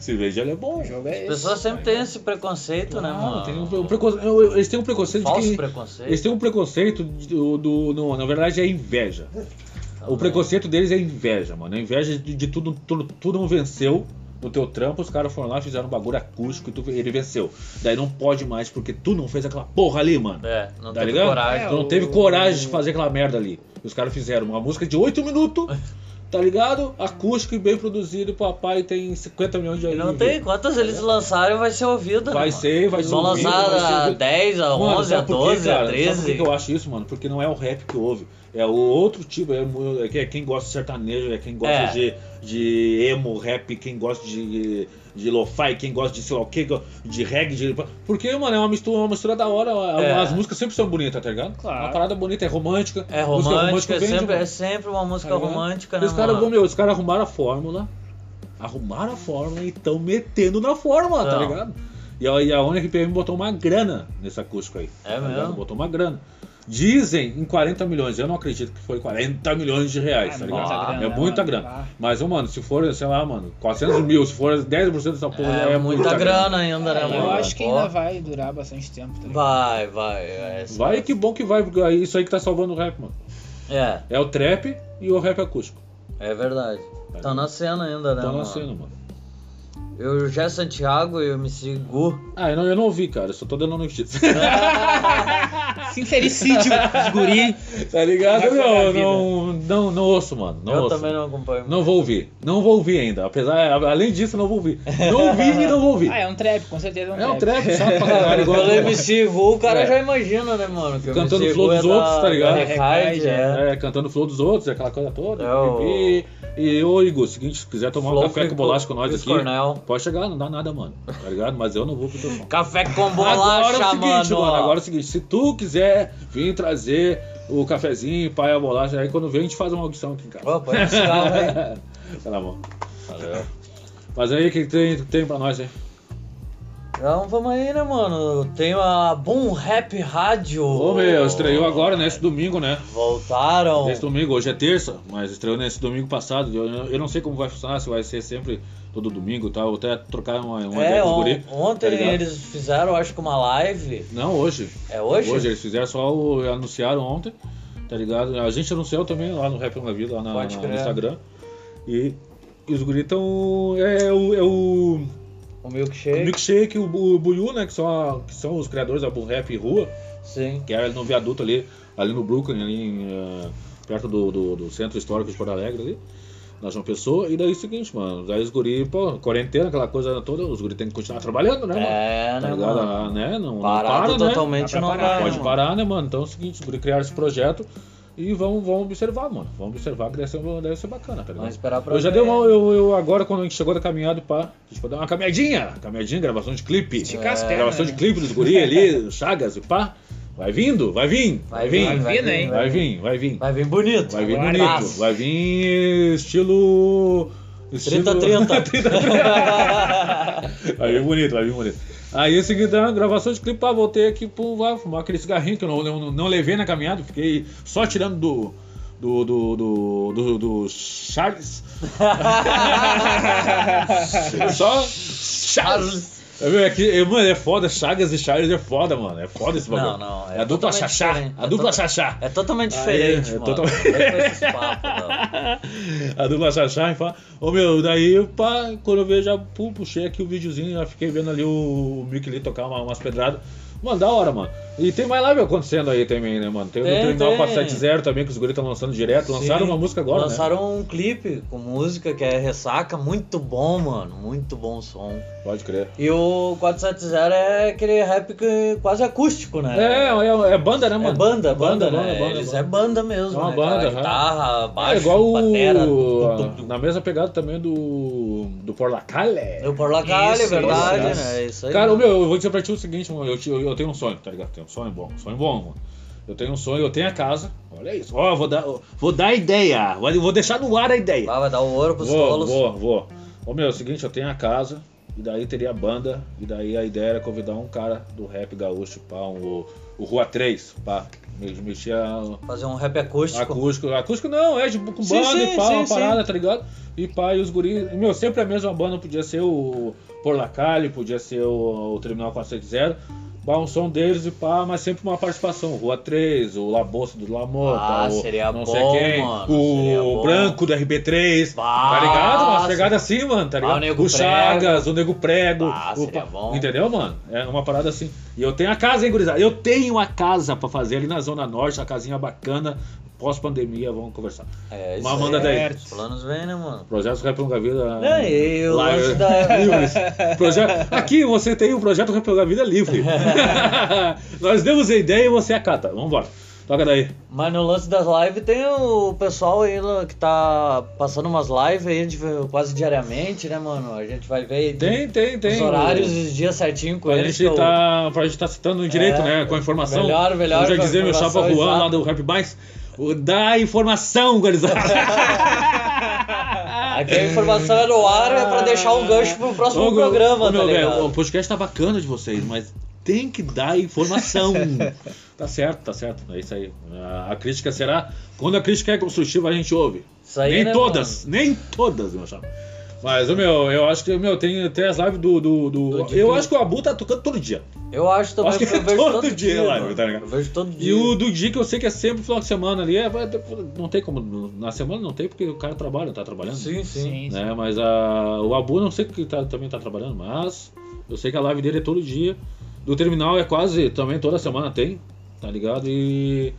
[SPEAKER 2] Se veja, ele é bom.
[SPEAKER 3] O jogo é
[SPEAKER 4] as
[SPEAKER 3] esse.
[SPEAKER 4] pessoas sempre têm esse preconceito, né, mano?
[SPEAKER 2] Tem um, um preconce- eu- eu- eles têm um preconceito
[SPEAKER 4] Falso
[SPEAKER 2] de que.
[SPEAKER 4] preconceito.
[SPEAKER 2] Eles têm um preconceito do. do- no- na verdade, é inveja.
[SPEAKER 4] tá
[SPEAKER 2] O preconceito deles é inveja, mano. É inveja de, de tudo, tudo, tudo não venceu no teu trampo. Os caras foram lá, fizeram um bagulho acústico e tu- ele venceu. Daí não pode mais porque tu não fez aquela porra ali, mano.
[SPEAKER 4] É, não
[SPEAKER 2] tá
[SPEAKER 4] teve
[SPEAKER 2] ligado?
[SPEAKER 4] coragem.
[SPEAKER 2] Tu não
[SPEAKER 3] o-
[SPEAKER 2] teve coragem de fazer aquela merda ali. E os caras fizeram uma música de 8 minutos, tá ligado? Acústico e bem produzido. e Papai tem 50 milhões de
[SPEAKER 4] E não
[SPEAKER 2] views.
[SPEAKER 4] tem, quantas eles lançarem vai ser ouvido.
[SPEAKER 2] Vai
[SPEAKER 4] né,
[SPEAKER 2] ser, vai
[SPEAKER 4] mano?
[SPEAKER 2] ser
[SPEAKER 4] Vão
[SPEAKER 2] ouvido,
[SPEAKER 4] lançar
[SPEAKER 2] vai ser
[SPEAKER 4] a
[SPEAKER 2] ouvido.
[SPEAKER 4] 10, a 11, a
[SPEAKER 2] sabe por quê,
[SPEAKER 4] 12, a
[SPEAKER 2] cara? Sabe
[SPEAKER 4] 13.
[SPEAKER 2] por que que eu acho isso, mano? Porque não é o rap que ouve. É o outro tipo, é, mu- é que- é quem gosta de sertanejo, é quem gosta
[SPEAKER 4] É.
[SPEAKER 2] De, de emo, rap, quem gosta de, de lo-fi, quem gosta de sei lá o que, de reggae. De... Porque, mano, é uma mistura, uma mistura da hora. a-
[SPEAKER 4] É.
[SPEAKER 2] As músicas sempre são bonitas, tá ligado?
[SPEAKER 3] Claro.
[SPEAKER 2] Uma parada bonita, é romântica.
[SPEAKER 4] É
[SPEAKER 2] música
[SPEAKER 4] romântica, é,
[SPEAKER 2] vende,
[SPEAKER 4] sempre,
[SPEAKER 2] mano.
[SPEAKER 4] é sempre uma música
[SPEAKER 2] Tá ligado?
[SPEAKER 4] romântica,
[SPEAKER 2] E
[SPEAKER 4] né,
[SPEAKER 2] os caras
[SPEAKER 4] mano?
[SPEAKER 2] vão, meu, os caras arrumaram a fórmula. Arrumaram a fórmula e estão metendo na fórmula, tá
[SPEAKER 4] Não.
[SPEAKER 2] ligado? E a, e a Onyx RPM botou uma grana nesse acústico aí.
[SPEAKER 4] É
[SPEAKER 2] tá
[SPEAKER 4] mesmo?
[SPEAKER 2] ligado? Botou uma grana. Dizem em 40 milhões, eu não acredito que foi 40 milhões de reais, tá
[SPEAKER 3] É muita
[SPEAKER 2] ligado?
[SPEAKER 3] grana,
[SPEAKER 2] é
[SPEAKER 3] né,
[SPEAKER 2] muita
[SPEAKER 3] mano?
[SPEAKER 2] grana.
[SPEAKER 3] Ah.
[SPEAKER 2] Mas, ô, mano, se for, sei lá, mano, 400 mil, se for 10% dessa porra,
[SPEAKER 4] É, muita grana ainda, né,
[SPEAKER 3] É,
[SPEAKER 4] mano?
[SPEAKER 3] eu acho que
[SPEAKER 4] Pô.
[SPEAKER 3] ainda vai durar bastante tempo, tá ligado?
[SPEAKER 4] Vai, vai. É,
[SPEAKER 2] Vai que bom que vai, porque é isso aí que tá salvando o rap, mano.
[SPEAKER 4] É,
[SPEAKER 2] É o trap e o rap acústico.
[SPEAKER 4] é verdade. Tá na cena ainda, né,
[SPEAKER 2] Tá
[SPEAKER 4] mano?
[SPEAKER 2] nascendo, mano.
[SPEAKER 4] Eu, o Jé Santiago e o MC Gu.
[SPEAKER 2] Ah, eu não, eu não ouvi, cara, eu só tô dando notícia.
[SPEAKER 3] Sincericídio de guri.
[SPEAKER 2] Tá ligado?
[SPEAKER 3] Vai jogar a
[SPEAKER 2] Não,
[SPEAKER 3] vida.
[SPEAKER 2] não, não, não ouço, mano. Não
[SPEAKER 4] é eu
[SPEAKER 2] ouço.
[SPEAKER 4] também não acompanho.
[SPEAKER 2] Não vou ouvir. Não vou ouvir ainda. Apesar, a- além disso, não vou ouvir. Não ouvi e não vou ouvir.
[SPEAKER 3] Ah, é um trap, com certeza é um
[SPEAKER 2] É um
[SPEAKER 3] trap.
[SPEAKER 2] trap chato pra caralho, igual
[SPEAKER 4] Quando
[SPEAKER 2] a
[SPEAKER 4] é
[SPEAKER 2] tua.
[SPEAKER 4] MC Gu, o cara
[SPEAKER 2] É.
[SPEAKER 4] já imagina, né, mano? Que o
[SPEAKER 2] Cantando
[SPEAKER 4] MC
[SPEAKER 2] os flow
[SPEAKER 4] Gu é
[SPEAKER 2] dos
[SPEAKER 4] da-
[SPEAKER 2] outros, tá ligado?
[SPEAKER 4] da Recard, é.
[SPEAKER 2] É, cantando o flow dos outros, aquela coisa toda.
[SPEAKER 4] É, o-
[SPEAKER 2] pipi. E ô Igor, seguinte, se quiser tomar um
[SPEAKER 4] Flow
[SPEAKER 2] café
[SPEAKER 4] com
[SPEAKER 2] com bolacha com nós
[SPEAKER 4] Chris
[SPEAKER 2] aqui,
[SPEAKER 4] Cornell.
[SPEAKER 2] pode chegar, não dá nada, mano. Tá ligado? Mas eu não vou pro teu som.
[SPEAKER 4] Café com bolacha,
[SPEAKER 2] agora é o seguinte,
[SPEAKER 4] mano.
[SPEAKER 2] mano. Agora é o seguinte, se tu quiser vir trazer o cafezinho, pai, a bolacha, aí quando vem a gente faz uma audição aqui em casa.
[SPEAKER 4] Pô, pode buscar, velho.
[SPEAKER 2] Tá na mão. Mas aí, o que tem, tem pra nós, hein?
[SPEAKER 4] Então vamos aí, né, mano? Tem a Boom Rap Rádio.
[SPEAKER 2] Ô, meu, estreou agora, nesse domingo, né?
[SPEAKER 4] Voltaram.
[SPEAKER 2] Nesse domingo, hoje é terça, mas estreou nesse domingo passado. Eu, eu não sei como vai funcionar, se vai ser sempre todo domingo e tal. Vou até trocar uma, uma
[SPEAKER 4] é,
[SPEAKER 2] ideia com os
[SPEAKER 4] on-
[SPEAKER 2] guri. tá
[SPEAKER 4] ontem
[SPEAKER 2] ligado?
[SPEAKER 4] eles fizeram, acho que uma live.
[SPEAKER 2] Não, hoje.
[SPEAKER 4] É hoje?
[SPEAKER 2] Hoje eles fizeram só o. anunciaram ontem, tá ligado? A gente anunciou também lá no Rap na Vida, lá na-
[SPEAKER 4] Pode
[SPEAKER 2] na- no
[SPEAKER 4] crer.
[SPEAKER 2] Instagram. E, e os guris estão. É, o. É o
[SPEAKER 4] O
[SPEAKER 2] o
[SPEAKER 4] milkshake.
[SPEAKER 2] Milkshake, o, Bu- o Buiu, né? Que são, a- que são os criadores da Boom Rap Rua.
[SPEAKER 4] Sim.
[SPEAKER 2] que era ali no viaduto ali, ali no Brooklyn, ali em, eh, perto do, do, do centro histórico de Porto Alegre ali, na João Pessoa, e daí é o seguinte, mano, daí os guri, pô, quarentena, aquela coisa toda, os guri tem que continuar trabalhando, né, mano?
[SPEAKER 4] É,
[SPEAKER 2] Tá
[SPEAKER 4] né,
[SPEAKER 2] ligado?
[SPEAKER 4] mano?
[SPEAKER 2] Ah, né? Não, não
[SPEAKER 4] Parado
[SPEAKER 2] para, né?
[SPEAKER 4] totalmente
[SPEAKER 3] Dá pra
[SPEAKER 4] não
[SPEAKER 3] parar,
[SPEAKER 4] dá.
[SPEAKER 2] Pode
[SPEAKER 4] né,
[SPEAKER 2] parar, né, mano? Então é o seguinte, os guri criaram esse projeto e vão, vão observar, mano. Vão observar que deve ser, deve ser bacana, tá
[SPEAKER 4] Mano? Vamos
[SPEAKER 2] ligado?
[SPEAKER 4] esperar pra
[SPEAKER 2] Eu já
[SPEAKER 4] ver.
[SPEAKER 2] dei uma. Eu, eu agora, quando a gente chegou da caminhada, pá, a gente foi dar uma caminhadinha. Caminhadinha, gravação de clipe.
[SPEAKER 3] Esticar as
[SPEAKER 2] É,
[SPEAKER 3] pernas,
[SPEAKER 2] gravação
[SPEAKER 3] né?
[SPEAKER 2] de clipe dos guri ali, Chagas e pá. Vai vindo, vai vir, vai vir.
[SPEAKER 3] vai vir, né,
[SPEAKER 2] Vai vir, vai vir.
[SPEAKER 4] Vai vir bonito.
[SPEAKER 2] Vai vir
[SPEAKER 3] Vai
[SPEAKER 2] bonito.
[SPEAKER 4] vir.
[SPEAKER 2] Vai vir estilo.
[SPEAKER 4] 30-30.
[SPEAKER 2] 30-30. Vai vir é bonito, vai vir bonito. Aí em seguida, a gravação de clipe, pá, voltei aqui pro vai fumar aquele cigarrinho que eu não, não, não levei na caminhada, fiquei só tirando do. do. do. do. do, do Charles. só. Charles! Eu, vi aqui, eu, mano, é foda, Chagas e Charles é foda, mano. É foda esse bagulho.
[SPEAKER 4] Não, não,
[SPEAKER 2] É,
[SPEAKER 4] é
[SPEAKER 2] a dupla
[SPEAKER 4] totalmente
[SPEAKER 2] Xaxá.
[SPEAKER 4] diferente.
[SPEAKER 2] A
[SPEAKER 4] É
[SPEAKER 2] dupla
[SPEAKER 4] tota-
[SPEAKER 2] Xaxá.
[SPEAKER 4] É totalmente
[SPEAKER 2] Aí,
[SPEAKER 4] diferente,
[SPEAKER 2] é
[SPEAKER 4] mano.
[SPEAKER 2] total-
[SPEAKER 4] Não vem com esses papos, não.
[SPEAKER 2] A dupla Xaxá e fala, ô meu, daí eu, pá, quando eu vejo, já pu- puxei aqui o videozinho, já fiquei vendo ali o, o Mick Lee tocar uma- umas pedradas. Mano, da hora, mano. E tem mais live acontecendo aí também, né, mano? Tem,
[SPEAKER 4] Tem,
[SPEAKER 2] o Terminal
[SPEAKER 4] tem.
[SPEAKER 2] 470 também, que os guris estão lançando direto. Lançaram
[SPEAKER 4] Sim.
[SPEAKER 2] uma música agora, né?
[SPEAKER 4] Lançaram um clipe com música que é Ressaca, muito bom, mano, muito bom som.
[SPEAKER 2] né? Pode crer.
[SPEAKER 4] E o 470 é aquele rap que quase acústico, né?
[SPEAKER 2] É, é, é banda, né,
[SPEAKER 4] É
[SPEAKER 2] mano?
[SPEAKER 4] banda, banda, né?
[SPEAKER 2] banda,
[SPEAKER 4] Eles
[SPEAKER 2] banda.
[SPEAKER 4] é banda mesmo,
[SPEAKER 2] É uma
[SPEAKER 4] né,
[SPEAKER 2] banda,
[SPEAKER 4] cara?
[SPEAKER 2] aham.
[SPEAKER 4] Guitarra, baixo,
[SPEAKER 2] é igual o...
[SPEAKER 4] batera,
[SPEAKER 2] a- na mesma pegada também do... Do Porlacale.
[SPEAKER 4] Eu por lá calho, é
[SPEAKER 3] Isso,
[SPEAKER 4] verdade,
[SPEAKER 2] isso,
[SPEAKER 4] né? É isso aí.
[SPEAKER 2] Cara, ô, meu, eu vou dizer pra ti o seguinte, mano, eu, te- eu- eu tenho um sonho, tá ligado? Tenho um sonho bom, um sonho bom, mano. Eu tenho um sonho, eu tenho a casa. Olha isso. Ó, vou dar, ó, vou dar a ideia. Vou, vou deixar no ar a ideia.
[SPEAKER 4] Vai, vai dar o ouro pros
[SPEAKER 2] Vou,
[SPEAKER 4] tolos.
[SPEAKER 2] vou, vou. Ô meu, é o seguinte, eu tenho a casa, e daí teria a banda, e daí a ideia era convidar um cara do rap gaúcho, pá, um, o, o Rua 3, pá. Me- Mexia
[SPEAKER 4] Fazer um rap acústico.
[SPEAKER 2] Acústico. Acústico não, é tipo com
[SPEAKER 4] Sim,
[SPEAKER 2] banda
[SPEAKER 4] sim,
[SPEAKER 2] e pá,
[SPEAKER 4] sim,
[SPEAKER 2] uma
[SPEAKER 4] sim.
[SPEAKER 2] parada, tá ligado? E pá, e os guris. Meu, sempre a mesma banda, podia ser o Porlacalho, podia ser o, o Terminal 470. Bah, um som deles e pá, mas sempre uma participação. Rua 3, o Labosso do Lamota,
[SPEAKER 4] Ah,
[SPEAKER 2] o
[SPEAKER 4] seria
[SPEAKER 2] não
[SPEAKER 4] bom,
[SPEAKER 2] sei quem,
[SPEAKER 4] mano, seria
[SPEAKER 2] o
[SPEAKER 4] bom.
[SPEAKER 2] Branco do RB3,
[SPEAKER 4] Bah,
[SPEAKER 2] tá ligado? Uma
[SPEAKER 4] se-
[SPEAKER 2] pegada assim, mano, tá
[SPEAKER 4] Bah,
[SPEAKER 2] ligado?
[SPEAKER 4] o Nego
[SPEAKER 2] Chagas, o Nego Prego. o
[SPEAKER 4] Bah, Ah, seria
[SPEAKER 2] pa-
[SPEAKER 4] bom.
[SPEAKER 2] Entendeu, mano? É uma parada assim. E eu tenho a casa, hein, gurizada? Eu tenho a casa pra fazer ali na Zona Norte, uma casinha bacana. Pós-pandemia, vamos conversar.
[SPEAKER 4] É isso
[SPEAKER 2] Mas manda
[SPEAKER 4] aí.
[SPEAKER 2] daí.
[SPEAKER 4] Os planos vêm, né, mano?
[SPEAKER 2] Projeto Rap Longa Vida.
[SPEAKER 4] Não, e o
[SPEAKER 2] Live.
[SPEAKER 4] lance É, da-
[SPEAKER 2] Livres. Projeto... Aqui você tem o projeto Rap Longa Vida livre. Nós demos a ideia e você acata. Vamos embora. Toca daí.
[SPEAKER 4] Mas no lance das lives tem o pessoal aí lá que tá passando umas lives aí de- quase diariamente, né, mano? A gente vai ver aí
[SPEAKER 2] Tem, tem, tem.
[SPEAKER 4] os horários e os dias certinho com
[SPEAKER 2] Pra
[SPEAKER 4] eles. que
[SPEAKER 2] gente,
[SPEAKER 4] eu-
[SPEAKER 2] tá, pra gente tá citando direito,
[SPEAKER 4] É,
[SPEAKER 2] né? Com a informação.
[SPEAKER 4] melhor, melhor,
[SPEAKER 2] Eu já
[SPEAKER 4] com a
[SPEAKER 2] dizer meu chapa
[SPEAKER 4] informação,
[SPEAKER 2] Juan lá
[SPEAKER 4] exato.
[SPEAKER 2] do Rap Mais. O da informação, gurizada.
[SPEAKER 4] Aqui a informação é no ar, é pra deixar um gancho pro próximo
[SPEAKER 2] Ô,
[SPEAKER 4] programa,
[SPEAKER 2] ô, meu
[SPEAKER 4] tá
[SPEAKER 2] velho,
[SPEAKER 4] ligado?
[SPEAKER 2] O podcast tá bacana de vocês, mas tem que dar informação. tá certo, tá certo. É isso aí. A, a crítica será. Quando a crítica é construtiva, a gente ouve.
[SPEAKER 4] Isso aí,
[SPEAKER 2] nem
[SPEAKER 4] né,
[SPEAKER 2] todas, nem todas, meu chapa. Mas, ô, meu, eu acho que, meu, tem até as lives do. do, do-
[SPEAKER 4] Do- de
[SPEAKER 2] eu
[SPEAKER 4] tudo.
[SPEAKER 2] acho que o Abu tá tocando todo dia.
[SPEAKER 4] mano? Eu acho também
[SPEAKER 2] Acho que
[SPEAKER 4] porque eu
[SPEAKER 2] é
[SPEAKER 4] vejo
[SPEAKER 2] todo
[SPEAKER 4] todo
[SPEAKER 2] dia
[SPEAKER 4] dia,
[SPEAKER 2] lá,
[SPEAKER 4] mano.
[SPEAKER 2] tá ligado?
[SPEAKER 4] Eu vejo todo dia.
[SPEAKER 2] E o do dia que eu sei que é sempre final de semana ali, é, vai- não tem como. Na semana não tem, porque o cara trabalha, tá trabalhando.
[SPEAKER 4] Sim, sim.
[SPEAKER 3] Sim, sim.
[SPEAKER 2] Né? Mas a, o Abu não sei que tá- também tá trabalhando, mas eu sei que a live dele é todo dia. Do terminal é quase, também toda semana tem. tá ligado? E,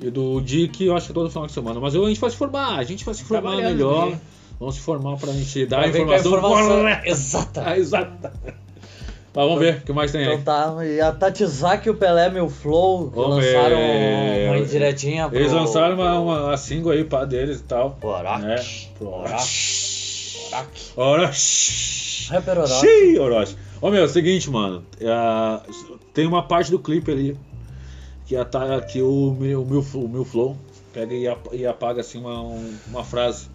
[SPEAKER 2] e do Dick, eu acho que é todo final de semana. Mas eu- a gente vai se formar, a gente vai se formar
[SPEAKER 3] Trabalhando,
[SPEAKER 2] melhor.
[SPEAKER 3] né?
[SPEAKER 2] Vamos se formar pra gente dar a
[SPEAKER 4] Vai ver qual é a
[SPEAKER 2] informação,
[SPEAKER 4] informação.
[SPEAKER 2] correta.
[SPEAKER 4] Exata.
[SPEAKER 2] Ah, exata. Mas vamos ver o que mais tem aí.
[SPEAKER 4] Então tá, e a Tatizaki e o Pelé Meu Flow que
[SPEAKER 2] Vamos ver.
[SPEAKER 4] lançaram uma indiretinha pro...
[SPEAKER 2] é, Eles lançaram uma, uma a single aí pá, deles e tal.
[SPEAKER 4] Orochi.
[SPEAKER 2] Né? Pro Orochi. Orochi.
[SPEAKER 4] Rapper Orochi.
[SPEAKER 2] Xiii, Orochi. Ô meu, é o seguinte, mano. é a- tem uma parte do clipe ali que, a, ta- que o, meu, o, meu, o meu Flow pega e, ap- e apaga assim uma, um- uma frase.